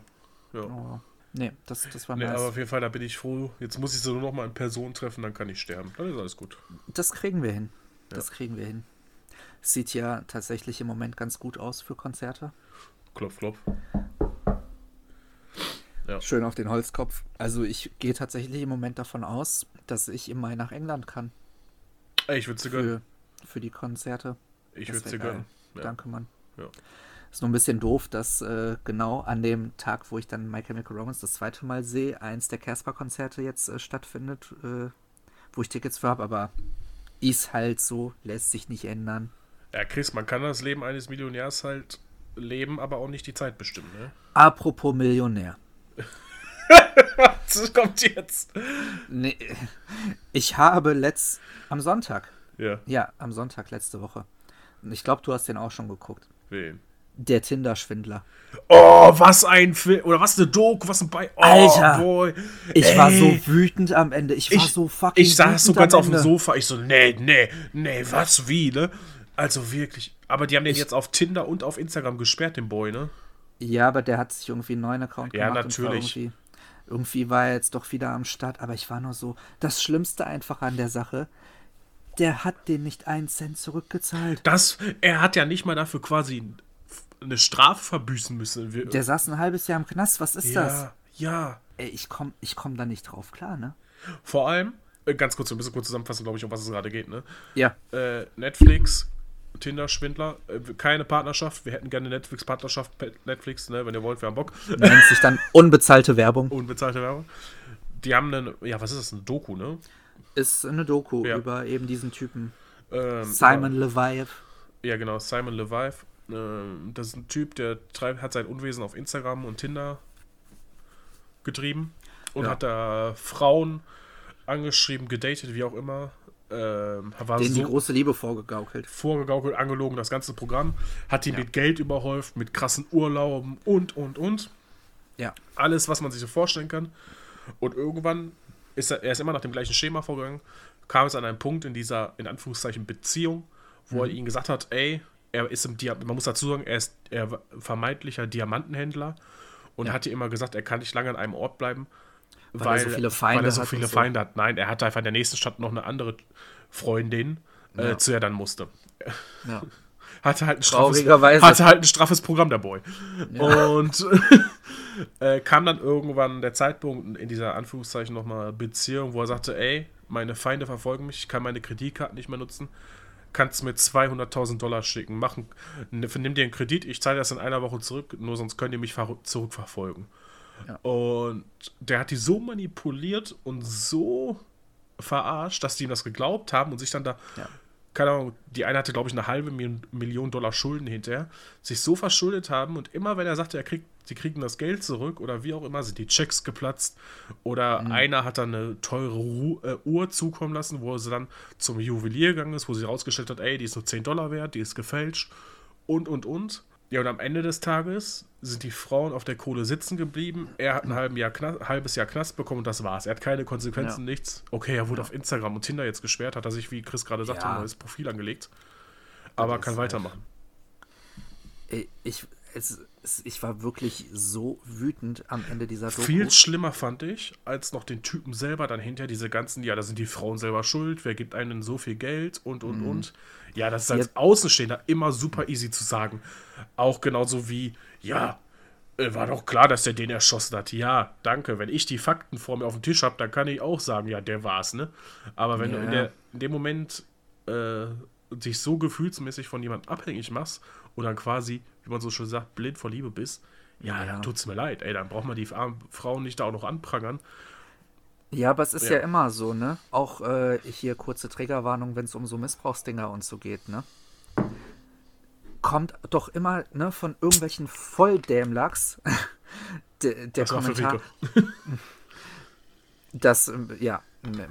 B: ja.
A: Aber nee, das, das war
B: Nee,
A: Oh, nice.
B: aber auf jeden Fall, da bin ich froh. Jetzt muss ich sie nur noch mal in Person treffen, dann kann ich sterben. Dann ist alles gut.
A: Das kriegen wir hin. Das kriegen wir hin. Sieht ja tatsächlich im Moment ganz gut aus für Konzerte.
B: Klopf, klopf.
A: Schön auf den Holzkopf. Also ich gehe tatsächlich im Moment davon aus, dass ich im Mai nach England kann
B: Ey, ich würde sie gönnen.
A: für, für die Konzerte.
B: Ich
A: Das
B: würde
A: wär
B: sie
A: geil.
B: gönnen. Ja.
A: Danke, Mann.
B: Ja.
A: Ist nur ein bisschen doof, dass äh, genau an dem Tag, wo ich dann My Chemical Romance das zweite Mal sehe, eins der Casper-Konzerte jetzt äh, stattfindet, äh, wo ich Tickets für habe, aber ist halt so, lässt sich nicht ändern.
B: ja, Chris, man kann das Leben eines Millionärs halt leben, aber auch nicht die Zeit bestimmen, ne?
A: Apropos Millionär.
B: Was kommt jetzt?
A: Nee, *laughs* ich habe letzt am Sonntag,
B: Ja,
A: ja, am Sonntag letzte Woche, und ich glaube, du hast den auch schon geguckt.
B: wen?
A: Der Tinder-Schwindler.
B: Oh, was ein Film. Oder was eine Doku, was ein Bei. Oh,
A: Alter.
B: Boy.
A: Ich
B: Ey,
A: war so wütend am Ende. Ich war
B: ich,
A: so fucking
B: Ich saß so
A: wütend
B: ganz
A: am
B: auf dem
A: Ende.
B: Sofa. Ich so, nee, nee, nee, was, wie, ne? Also wirklich. Aber die haben den jetzt auf Tinder und auf Instagram gesperrt, den Boy, ne?
A: Ja, aber der hat sich irgendwie einen neuen Account
B: Ja,
A: gemacht. und war
B: natürlich.
A: Irgendwie, irgendwie war er jetzt doch wieder am Start, aber ich war nur so. Das Schlimmste einfach an der Sache, der hat den nicht einen Cent zurückgezahlt.
B: Das, er hat ja nicht mal dafür quasi eine Strafe verbüßen müssen. Wir,
A: Der saß ein halbes Jahr im Knast, was ist das?
B: ja, ja.
A: Ey, ich komm, ich komm da nicht drauf, klar, ne?
B: Vor allem, äh, ganz kurz, wir müssen kurz zusammenfassen, glaube ich, um was es gerade geht, ne?
A: Ja.
B: äh, Netflix, Tinder-Schwindler, äh, keine Partnerschaft. Wir hätten gerne eine Netflix-Partnerschaft, Pe- Netflix, ne, wenn ihr wollt, wir
A: *laughs*
B: haben Bock.
A: Nennt sich dann unbezahlte Werbung.
B: Unbezahlte Werbung. Die haben einen, ja, was ist das, eine Doku, ne?
A: Ist eine Doku
B: Ja.
A: über eben diesen Typen.
B: Ähm,
A: Simon Levive.
B: Ja, ja, genau, Simon Levive. Ähm, das ist ein Typ, der treibt, hat sein Unwesen auf Instagram und Tinder getrieben und
A: Ja.
B: hat da Frauen angeschrieben, gedatet, wie auch immer. Ähm, war
A: Denen
B: so
A: die große Liebe vorgegaukelt.
B: vorgegaukelt, angelogen, das ganze Programm. Hat ihn mit Geld überhäuft, mit krassen Urlauben und, und, und.
A: Ja.
B: alles, was man sich so vorstellen kann. Und irgendwann ist er, er ist immer nach dem gleichen Schema vorgegangen, kam es an einen Punkt in dieser, in Anführungszeichen, Beziehung, wo
A: Mhm.
B: er ihm gesagt hat, ey, er ist im Dia man muss dazu sagen, er ist er war vermeintlicher Diamantenhändler und hat ihr immer gesagt, er kann nicht lange an einem Ort bleiben, weil,
A: er so viele Feinde
B: weil er so
A: hat und
B: viele
A: so.
B: Feinde hat. Nein, er hatte einfach in der nächsten Stadt noch eine andere Freundin, äh,
A: Ja.
B: zu der er dann musste.
A: Ja.
B: Hatte halt ein straffes,
A: Traurigerweise.
B: hatte halt ein straffes Programm, der Boy. Und *laughs* äh, kam dann irgendwann der Zeitpunkt in dieser Anführungszeichen nochmal Beziehung, wo er sagte, ey, meine Feinde verfolgen mich, ich kann meine Kreditkarten nicht mehr nutzen, kannst mir 200.000 Dollar schicken, machen, ne, nimm dir einen Kredit, ich zahle das in einer Woche zurück, nur sonst könnt ihr mich verru- zurückverfolgen.
A: Ja.
B: Und der hat die so manipuliert und so verarscht, dass die ihm das geglaubt haben und sich dann da
A: Ja.
B: keine Ahnung, die eine hatte, glaube ich, eine halbe Mil Million Dollar Schulden hinterher, sich so verschuldet haben und immer, wenn er sagte, er kriegt, sie kriegen das Geld zurück oder wie auch immer, sind die Checks geplatzt oder mhm. einer hat dann eine teure Ru äh, Uhr zukommen lassen, wo sie dann zum Juwelier gegangen ist, wo sie herausgestellt hat, ey, die ist nur 10 Dollar wert, die ist gefälscht und, und, und. Ja, und am Ende des Tages sind die Frauen auf der Kohle sitzen geblieben. Er hat ein halbes Jahr Knast, halbes Jahr Knast bekommen und das war's. Er hat keine Konsequenzen, ja. nichts. Okay, er wurde ja. auf Instagram und Tinder jetzt gesperrt, hat er sich, wie Chris gerade sagte, ja. ein neues Profil angelegt. Aber kann weitermachen.
A: Ich, ich, es, ich war wirklich so wütend am Ende dieser
B: Doku. Viel schlimmer fand ich, als noch den Typen selber dann hinter diese ganzen, ja, da sind die Frauen selber schuld, wer gibt einem so viel Geld und und mhm. und. Ja, das ist als Jetzt. Außenstehender immer super easy zu sagen. Auch genauso wie, ja, äh, war doch klar, dass der den erschossen hat. Ja, danke. Wenn ich die Fakten vor mir auf dem Tisch habe, dann kann ich auch sagen, ja, der war's, ne? Aber wenn yeah. du in, der, in, dem Moment äh, dich so gefühlsmäßig von jemandem abhängig machst und dann quasi, wie man so schön sagt, blind vor Liebe bist, ja, ja. dann tut's mir leid. Ey, dann braucht man die armen Frauen nicht da auch noch anprangern.
A: Ja, aber es ist ja, ja immer so, ne? Auch äh, hier kurze Trägerwarnung, wenn es um so Missbrauchsdinger und so geht, ne? Kommt doch immer, ne, von irgendwelchen Volldämlachs *laughs* der, der das Kommentar. das, ja,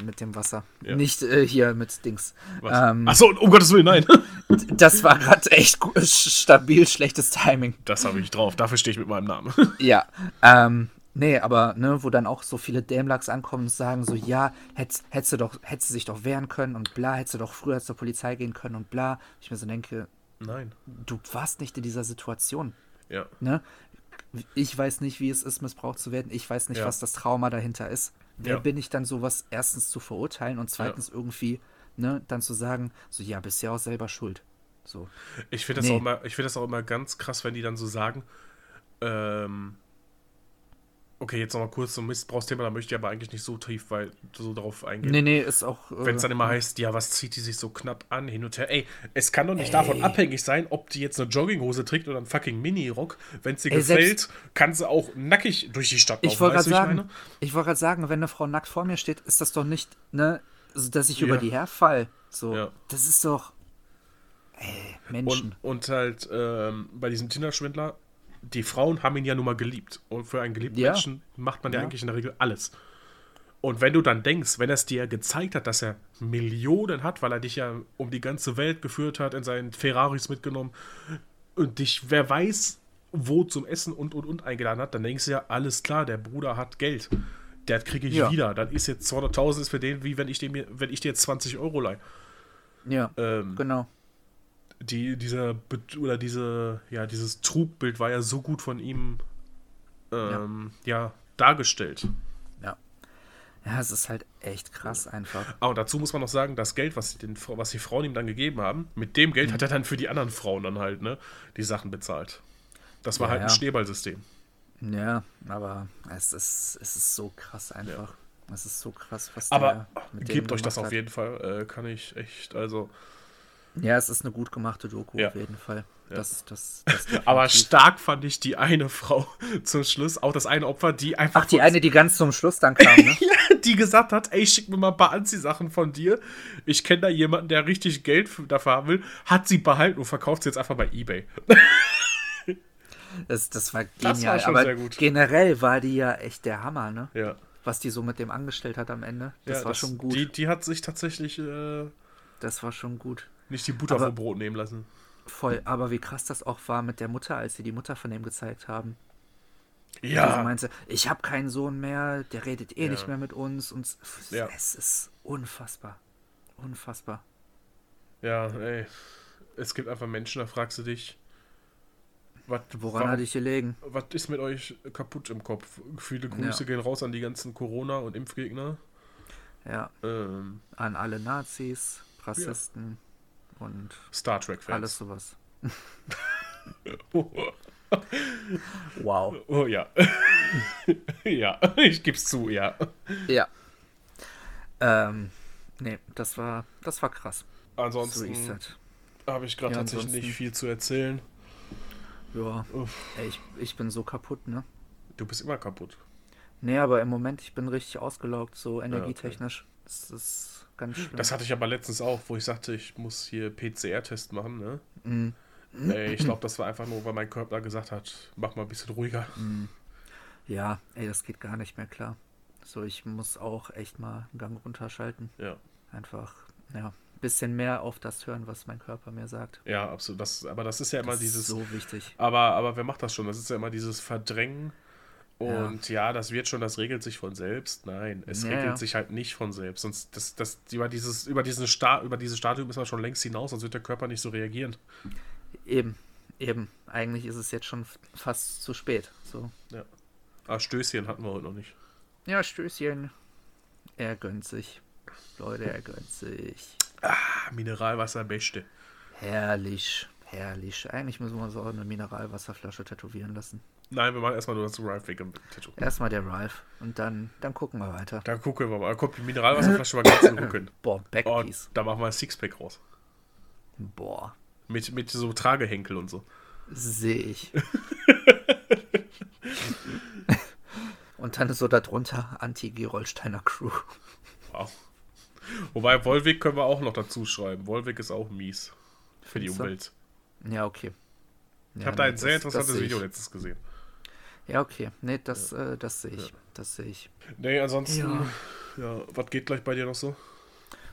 A: mit dem Wasser. Ja. Nicht äh, hier mit Dings.
B: Ähm, Achso, um Gottes Willen, nein. *laughs*
A: das war gerade echt stabil schlechtes Timing.
B: Das habe ich drauf, dafür stehe ich mit meinem Namen. *laughs*
A: ja, ähm, Nee, aber ne, wo dann auch so viele Dämlachs ankommen und sagen so, ja, hättest hätt du doch, hättest sich doch wehren können und bla, hättest du doch früher zur Polizei gehen können und bla. Ich mir so denke,
B: nein.
A: Du warst nicht in dieser Situation.
B: Ja.
A: Ne? Ich weiß nicht, wie es ist, missbraucht zu werden. Ich weiß nicht, ja. was das Trauma dahinter ist. Wer ja. bin ich dann, sowas erstens zu verurteilen und zweitens ja. irgendwie, ne, dann zu sagen, so, ja, bist ja auch selber schuld. So.
B: Ich finde das, nee. Auch immer, ich find das auch immer ganz krass, wenn die dann so sagen, ähm, Okay, jetzt nochmal kurz zum Missbrauchsthema, da möchte ich aber eigentlich nicht so tief weil, so darauf eingehen.
A: Nee, nee, ist auch.
B: Äh, Wenn es dann immer heißt, ja, was zieht die sich so knapp an, hin und her. Ey, es kann doch nicht ey. davon abhängig sein, ob die jetzt eine Jogginghose trägt oder einen fucking Mini-Rock. Wenn es dir ey, gefällt, selbst, kann sie auch nackig durch die Stadt
A: laufen. Ich wollte gerade sagen, ich, ich wollte gerade sagen, wenn eine Frau nackt vor mir steht, ist das doch nicht, ne, dass ich yeah. über die herfall. So, ja. das ist doch. Ey, Menschen.
B: Und, und halt ähm, bei diesem Tinder-Schwindler, die Frauen haben ihn ja nun mal geliebt. Und für einen geliebten ja. Menschen macht man ja, ja, eigentlich in der Regel alles. Und wenn du dann denkst, wenn er es dir gezeigt hat, dass er Millionen hat, weil er dich ja um die ganze Welt geführt hat, in seinen Ferraris mitgenommen und dich, wer weiß, wo zum Essen und und und eingeladen hat, dann denkst du ja, alles klar, der Bruder hat Geld. Der kriege ich ja. wieder. Dann ist jetzt 200.000 ist für den, wie wenn ich, dem, wenn ich dir jetzt 20 Euro leihe.
A: Ja, ähm, genau
B: die, dieser oder diese, ja, dieses Trugbild war ja so gut von ihm ähm, ja. ja. dargestellt.
A: Ja. Ja, es ist halt echt krass einfach.
B: Aber Ah, dazu muss man noch sagen, das Geld, was, den, was die Frauen ihm dann gegeben haben, mit dem Geld mhm. hat er dann für die anderen Frauen dann halt, ne, die Sachen bezahlt. Das war ja, halt ein ja. Schneeballsystem.
A: Ja, aber es ist, es ist so krass einfach. Es ist so krass, was
B: Aber gebt euch das auf jeden Fall, äh, kann ich echt, also.
A: Ja, es ist eine gut gemachte Doku ja. auf jeden Fall. Ja. Das, das, *laughs* das
B: Aber stark fand ich die eine *laughs* Frau zum Schluss, auch das eine Opfer, die einfach.
A: Ach, die eine, die ganz zum Schluss dann kam, *laughs* ne?
B: *laughs* ja, die gesagt hat: Ey, schick mir mal ein paar Anziehsachen von dir. Ich kenne da jemanden, der richtig Geld dafür haben will. Hat sie behalten und verkauft sie jetzt einfach bei Ebay.
A: das, das war genial. Das war schon Aber sehr gut. generell war die ja echt der Hammer, ne?
B: Ja.
A: Was die so mit dem angestellt hat am Ende. Das ja, war schon gut.
B: Die, die hat sich tatsächlich. Äh,
A: das war schon gut.
B: Nicht die Butter aber, vom Brot nehmen lassen.
A: Voll, aber wie krass das auch war mit der Mutter, als sie die Mutter von dem gezeigt haben.
B: Ja. Also
A: meinte, ich habe keinen Sohn mehr, der redet eh ja. nicht mehr mit uns und ja. es ist unfassbar. Unfassbar.
B: Ja,
A: Also
B: ey. Es gibt einfach Menschen, da fragst du dich,
A: wat, woran warum, hatte ich gelegen?
B: Was ist mit euch kaputt im Kopf? Viele Grüße ja. gehen raus an die ganzen Corona- und Impfgegner.
A: Ja. Ähm. An alle Nazis, Rassisten und
B: Star Trek Fans.
A: Alles *laughs* sowas.
B: oh.
A: wow.
B: Oh ja. *laughs* ja, ich geb's zu, ja.
A: Ja. Ähm, nee, das war das war krass.
B: Ansonsten so habe ich gerade ja, tatsächlich ansonsten. nicht viel zu erzählen.
A: Ja. Ey, ich, ich bin so kaputt, ne?
B: Du bist immer kaputt.
A: Nee, aber im Moment, ich bin richtig ausgelaugt, so energietechnisch. Das ist ganz schlimm.
B: Das hatte ich aber letztens auch, wo ich sagte, ich muss hier PCR-Test machen, ne? Mhm. Ey, ich glaube, das war einfach nur, weil mein Körper gesagt hat, mach mal ein bisschen ruhiger. Mhm.
A: Ja, ey, das geht gar nicht mehr klar. So, ich muss auch echt mal einen Gang runterschalten.
B: Ja.
A: Einfach, ja, ein bisschen mehr auf das hören, was mein Körper mir sagt.
B: Ja, absolut. Das, aber das ist ja immer
A: das
B: dieses.
A: Ist so wichtig.
B: Aber, aber wer macht das schon? Das ist ja immer dieses Verdrängen. Und ja, ja das wird schon, das regelt sich von selbst. Nein, es
A: Ja,
B: regelt
A: ja.
B: sich halt nicht von selbst. Sonst das, das, über dieses, über diesen Sta über dieses Stadium ist man schon längst hinaus, sonst wird der Körper nicht so reagieren.
A: Eben, eben. Eigentlich ist es jetzt schon f- fast zu spät. So.
B: Ja. Ah, Stößchen hatten wir heute noch nicht.
A: Ja, Stößchen. Er gönnt sich. Leute, er gönnt sich.
B: Ah, Mineralwasser beste.
A: Herrlich, herrlich. Eigentlich müssen wir uns auch eine Mineralwasserflasche tätowieren lassen.
B: Nein, wir machen erstmal nur das Rife weg im Tattoo.
A: Erstmal der Ralph und dann, dann gucken wir weiter.
B: Da gucken wir mal. Da kommt die Mineralwasserflasche mal ganz
A: *laughs*
B: gucken.
A: Boah,
B: Und
A: Backpiece.
B: Oh, da machen wir ein Sixpack raus.
A: Boah,
B: Mit, mit so Tragehenkel und so.
A: sehe
B: *laughs*
A: ich. und dann so darunter Anti-Gerolsteiner Crew.
B: Wow. Wobei, Wolwig können wir auch noch dazu schreiben. Wolwig ist auch mies. Für die
A: Findest du?
B: Umwelt.
A: Ja, okay.
B: Ich habe da ein sehr interessantes Video
A: Ich.
B: letztens gesehen.
A: Ja, okay. Nee, das, äh, das sehe ich. Das sehe ich.
B: Nee, ansonsten. Ja.
A: Ja.
B: was geht gleich bei dir noch so?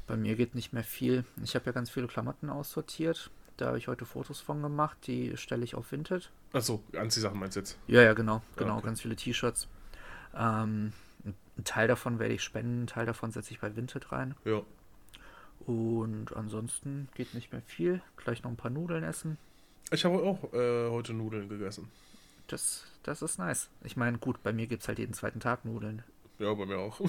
A: Bei mir geht nicht mehr viel. Ich habe ja ganz viele Klamotten aussortiert. Da habe ich heute Fotos von gemacht. Die stelle ich auf Vinted.
B: Achso, Anziehsachen meinst du jetzt?
A: Ja, ja, genau. Genau,
B: okay.
A: ganz viele T-Shirts. Ähm, ein Teil davon werde ich spenden, einen Teil davon setze ich bei Vinted rein.
B: Ja.
A: Und ansonsten geht nicht mehr viel. Gleich noch ein paar Nudeln essen.
B: Ich habe auch äh, heute Nudeln gegessen.
A: Das, das ist nice. Ich meine, gut, bei mir gibt es halt jeden zweiten Tag Nudeln.
B: Ja, bei mir *laughs* auch.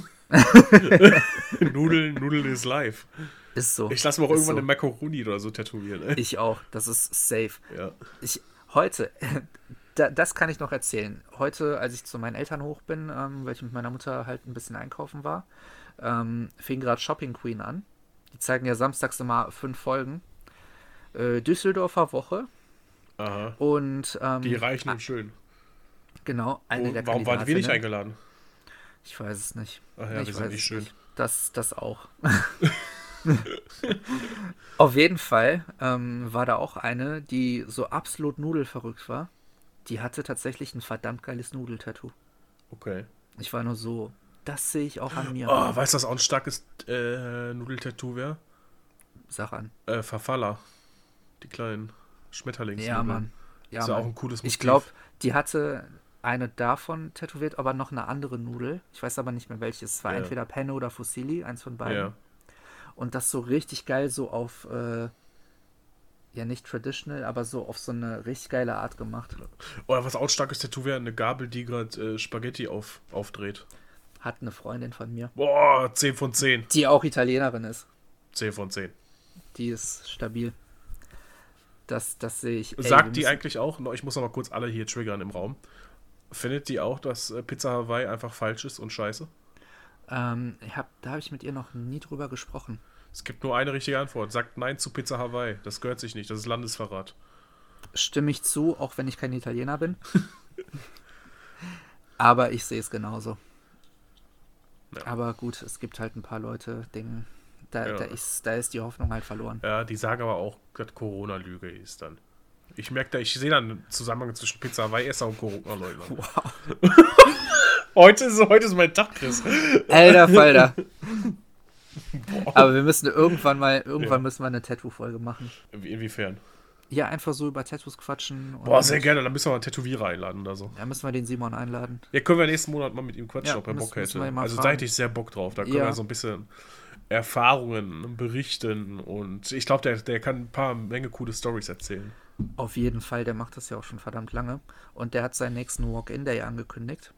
B: Nudeln, Nudeln ist live.
A: Ist so.
B: Ich lasse mir auch
A: Ist
B: irgendwann
A: so.
B: eine Macaroni oder so tätowieren. Ey.
A: Ich auch. Das ist safe.
B: Ja.
A: Ich heute, *laughs* da, das kann ich noch erzählen. Heute, als ich zu meinen Eltern hoch bin, ähm, weil ich mit meiner Mutter halt ein bisschen einkaufen war, ähm, fing gerade Shopping Queen an. Die zeigen ja samstags immer fünf Folgen. Äh, Düsseldorfer Woche
B: Aha.
A: und ähm,
B: Die reichen und schön.
A: genau eine
B: Wo,
A: der ne?
B: warum waren wir
A: Kandidatinnen.
B: nicht eingeladen?
A: Ich weiß es nicht.
B: Ach ja,
A: ich weiß
B: wir sind
A: es
B: nicht schön.
A: Das, das
B: *laughs*
A: auch. Auf jeden Fall ähm, war da auch eine, die so absolut nudelverrückt war. Die hatte tatsächlich ein verdammt geiles Nudeltattoo.
B: Okay.
A: Ich war nur so, das sehe ich auch an mir.
B: Oh, weißt du, was auch ein starkes äh, Nudeltattoo wäre?
A: Sag an.
B: Äh, Verfaller. Die kleinen Schmetterlings. Hm.
A: Ja, Mann. Ja,
B: ist ja auch
A: Mann.
B: ein cooles
A: Ich glaube, die hatte eine davon tätowiert, aber noch eine andere Nudel. Ich weiß aber nicht mehr welches. Es war
B: Ja.
A: entweder Penne oder Fossili, eins von beiden.
B: Ja.
A: Und das so richtig geil, so auf, äh, ja nicht traditional, aber so auf so eine richtig geile Art gemacht.
B: Oder Oh, was auch ein starkes Tattoo wäre, eine Gabel, die gerade äh, Spaghetti auf, aufdreht.
A: Hat eine Freundin von mir,
B: Boah, 10 von 10.
A: die auch Italienerin ist.
B: 10 von 10.
A: Die ist stabil. Das, das sehe ich. Ey, wir
B: Sagt die
A: müssen-
B: eigentlich auch, no, ich muss noch mal kurz alle hier triggern im Raum. Findet die auch, dass äh, Pizza Hawaii einfach falsch ist und scheiße?
A: Ähm, ich hab, da habe ich mit ihr noch nie drüber gesprochen.
B: Es gibt nur eine richtige Antwort. Sagt Nein zu Pizza Hawaii. Das gehört sich nicht. Das ist Landesverrat.
A: Stimme ich zu, auch wenn ich kein Italiener
B: *laughs*
A: bin. Aber ich sehe es genauso.
B: Ja.
A: Aber gut, es gibt halt ein paar Leute, Dinge, da,
B: Ja.
A: da, ist, da ist die Hoffnung halt verloren.
B: Ja, die sagen aber auch, dass Corona Lüge ist dann. Ich merke da, ich sehe dann einen Zusammenhang zwischen Pizza Hawaii Esser und Corona Leute.
A: Wow.
B: *laughs* Heute ist, heute ist mein Tag, Chris.
A: Alter *laughs* Falter. Aber wir müssen irgendwann mal, irgendwann müssen wir eine Tattoo-Folge machen.
B: Wie- Inwiefern?
A: Ja, einfach so über Tattoos quatschen. Und
B: Boah, sehr gerne. Dann müssen wir mal einen Tätowierer einladen oder so.
A: Da müssen wir den Simon einladen.
B: Ja, können wir nächsten Monat mal mit ihm quatschen,
A: Ja,
B: ob er
A: müssen-
B: Bock
A: müssen
B: hätte.
A: wir ihn mal
B: Also da
A: fragen.
B: hätte ich sehr Bock drauf. Da können
A: Ja.
B: wir so ein bisschen Erfahrungen berichten und ich glaube, der, der kann ein paar Menge coole Stories erzählen.
A: Auf jeden Fall, der macht das ja auch schon verdammt lange. Und der hat seinen nächsten Walk-In-Day angekündigt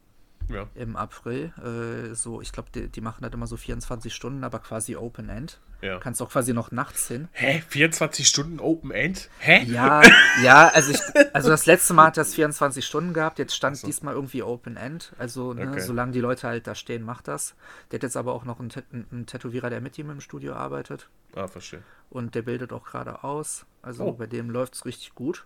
B: Ja.
A: im April. Äh, so, ich glaube, die, die machen das immer so 24 Stunden, aber quasi Open-End.
B: Ja.
A: Kannst auch quasi noch nachts hin.
B: Hä? 24 Stunden Open End? Hä?
A: Ja, ja, also, ich, also das letzte Mal hat das 24 Stunden gehabt, jetzt stand diesmal irgendwie Open End. Also, ne,
B: Okay.
A: solange die Leute halt da stehen, macht das. Der hat jetzt aber auch noch einen, Tät- einen Tätowierer, der mit ihm im Studio arbeitet.
B: Ah, verstehe.
A: Und der bildet auch gerade aus. Also
B: Oh.
A: bei dem läuft es richtig gut.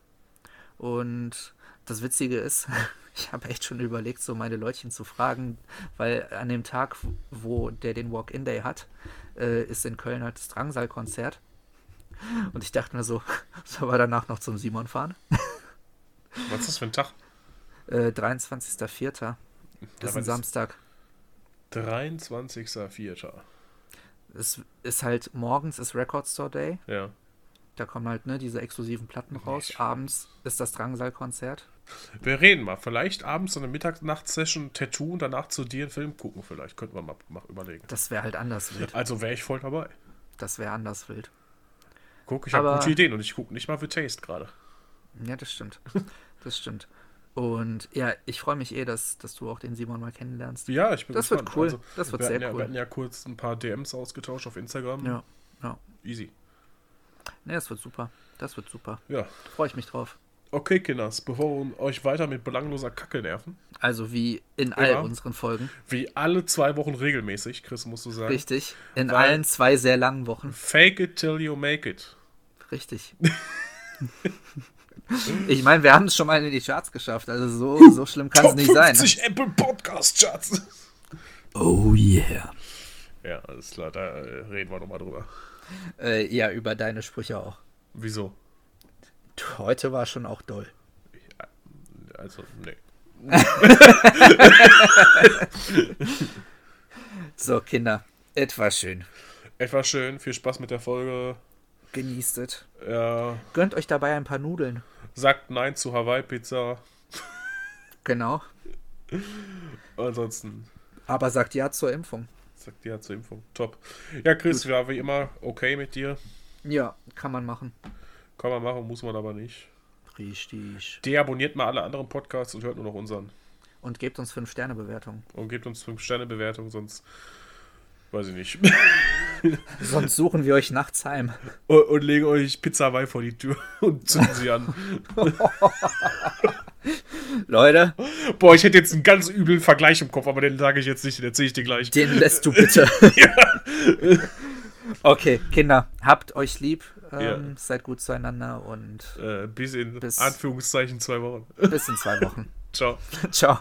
A: Und das Witzige ist, *laughs* Ich habe echt schon überlegt, so meine Leutchen zu fragen, weil an dem Tag, wo der den Walk-In Day hat, äh, ist in Köln halt das Drangsal-Konzert. Und ich dachte mir so, *laughs* soll wir danach noch zum Simon fahren?
B: Was ist das für ein Tag?
A: Äh, 23.04. Das ist ein
B: ist-
A: Samstag.
B: 23.04.
A: Es ist halt morgens ist Record Store Day.
B: Ja.
A: Da kommen halt ne, diese exklusiven Platten raus.
B: schon.
A: Abends ist das Drangsal-Konzert.
B: Wir reden mal. Vielleicht abends so eine Mittagnacht-Session Tattoo und danach zu dir einen Film gucken. Vielleicht könnten wir mal, mal überlegen.
A: Das wäre halt anders wild.
B: Also wäre ich voll dabei.
A: Das wäre anders wild.
B: Guck, ich habe
A: Aber-
B: gute Ideen und ich gucke nicht mal für Taste gerade.
A: Ja, das *laughs* stimmt. Das stimmt. Und ja, ich freue mich eh, dass, dass du auch den Simon mal kennenlernst.
B: Ja, ich bin
A: Das wird
B: gespannt. Also,
A: cool. Das wird
B: wir
A: sehr
B: hatten ja,
A: cool.
B: Wir hatten ja kurz ein paar DMs ausgetauscht auf Instagram.
A: Ja, ja.
B: Easy.
A: Ne, das wird super. Das wird super.
B: Ja.
A: Freue ich mich drauf.
B: Okay, Kinders, bevor wir euch weiter mit belangloser Kacke nerven,
A: Also wie in all
B: Ja.
A: unseren Folgen.
B: wie alle zwei Wochen regelmäßig, Chris, musst du sagen.
A: Richtig. In
B: Weil-
A: allen zwei sehr langen Wochen.
B: Fake it till you make it.
A: Richtig. ich meine, wir haben es schon mal in die Charts geschafft. Also so, so schlimm kann es nicht sein. ne?
B: 50 Apple Podcast Charts.
A: Oh yeah.
B: Ja, alles klar, da äh, reden wir nochmal drüber.
A: Äh, ja, über deine Sprüche auch.
B: Wieso?
A: Heute war schon auch doll.
B: Also, nee.
A: So, Kinder. Etwas schön.
B: Etwas schön, viel Spaß mit der Folge.
A: Genießt es.
B: Ja,
A: Gönnt euch dabei ein paar Nudeln.
B: sagt Nein zu Hawaii-Pizza.
A: Genau.
B: Ansonsten
A: Aber sagt ja zur Impfung.
B: sagt ja zur Impfung. Top. Ja, Chris, war wie immer okay mit dir.
A: Ja, kann man machen.
B: Kann man machen, muss man aber nicht.
A: Richtig.
B: Deabonniert mal alle anderen Podcasts und hört nur noch unseren.
A: Und gebt uns 5-Sterne-Bewertungen.
B: Und gebt uns 5-Sterne-Bewertung, sonst weiß ich nicht.
A: *laughs*
B: *laughs*
A: Sonst suchen wir euch nachts heim.
B: und, und legen euch Pizza Hawaii vor die Tür *laughs* und zünden sie an.
A: Leute,
B: Boah, ich hätte jetzt einen ganz üblen Vergleich im Kopf, aber den sage ich jetzt nicht, den erzähle ich dir gleich.
A: den lässt du *laughs* bitte. okay, Kinder, habt euch lieb. Ähm,
B: Ja.
A: Seid gut zueinander und
B: Äh, bis in
A: Bis-
B: Anführungszeichen zwei Wochen.
A: *laughs*
B: *laughs*
A: bis in zwei Wochen.
B: Ciao.
A: Ciao.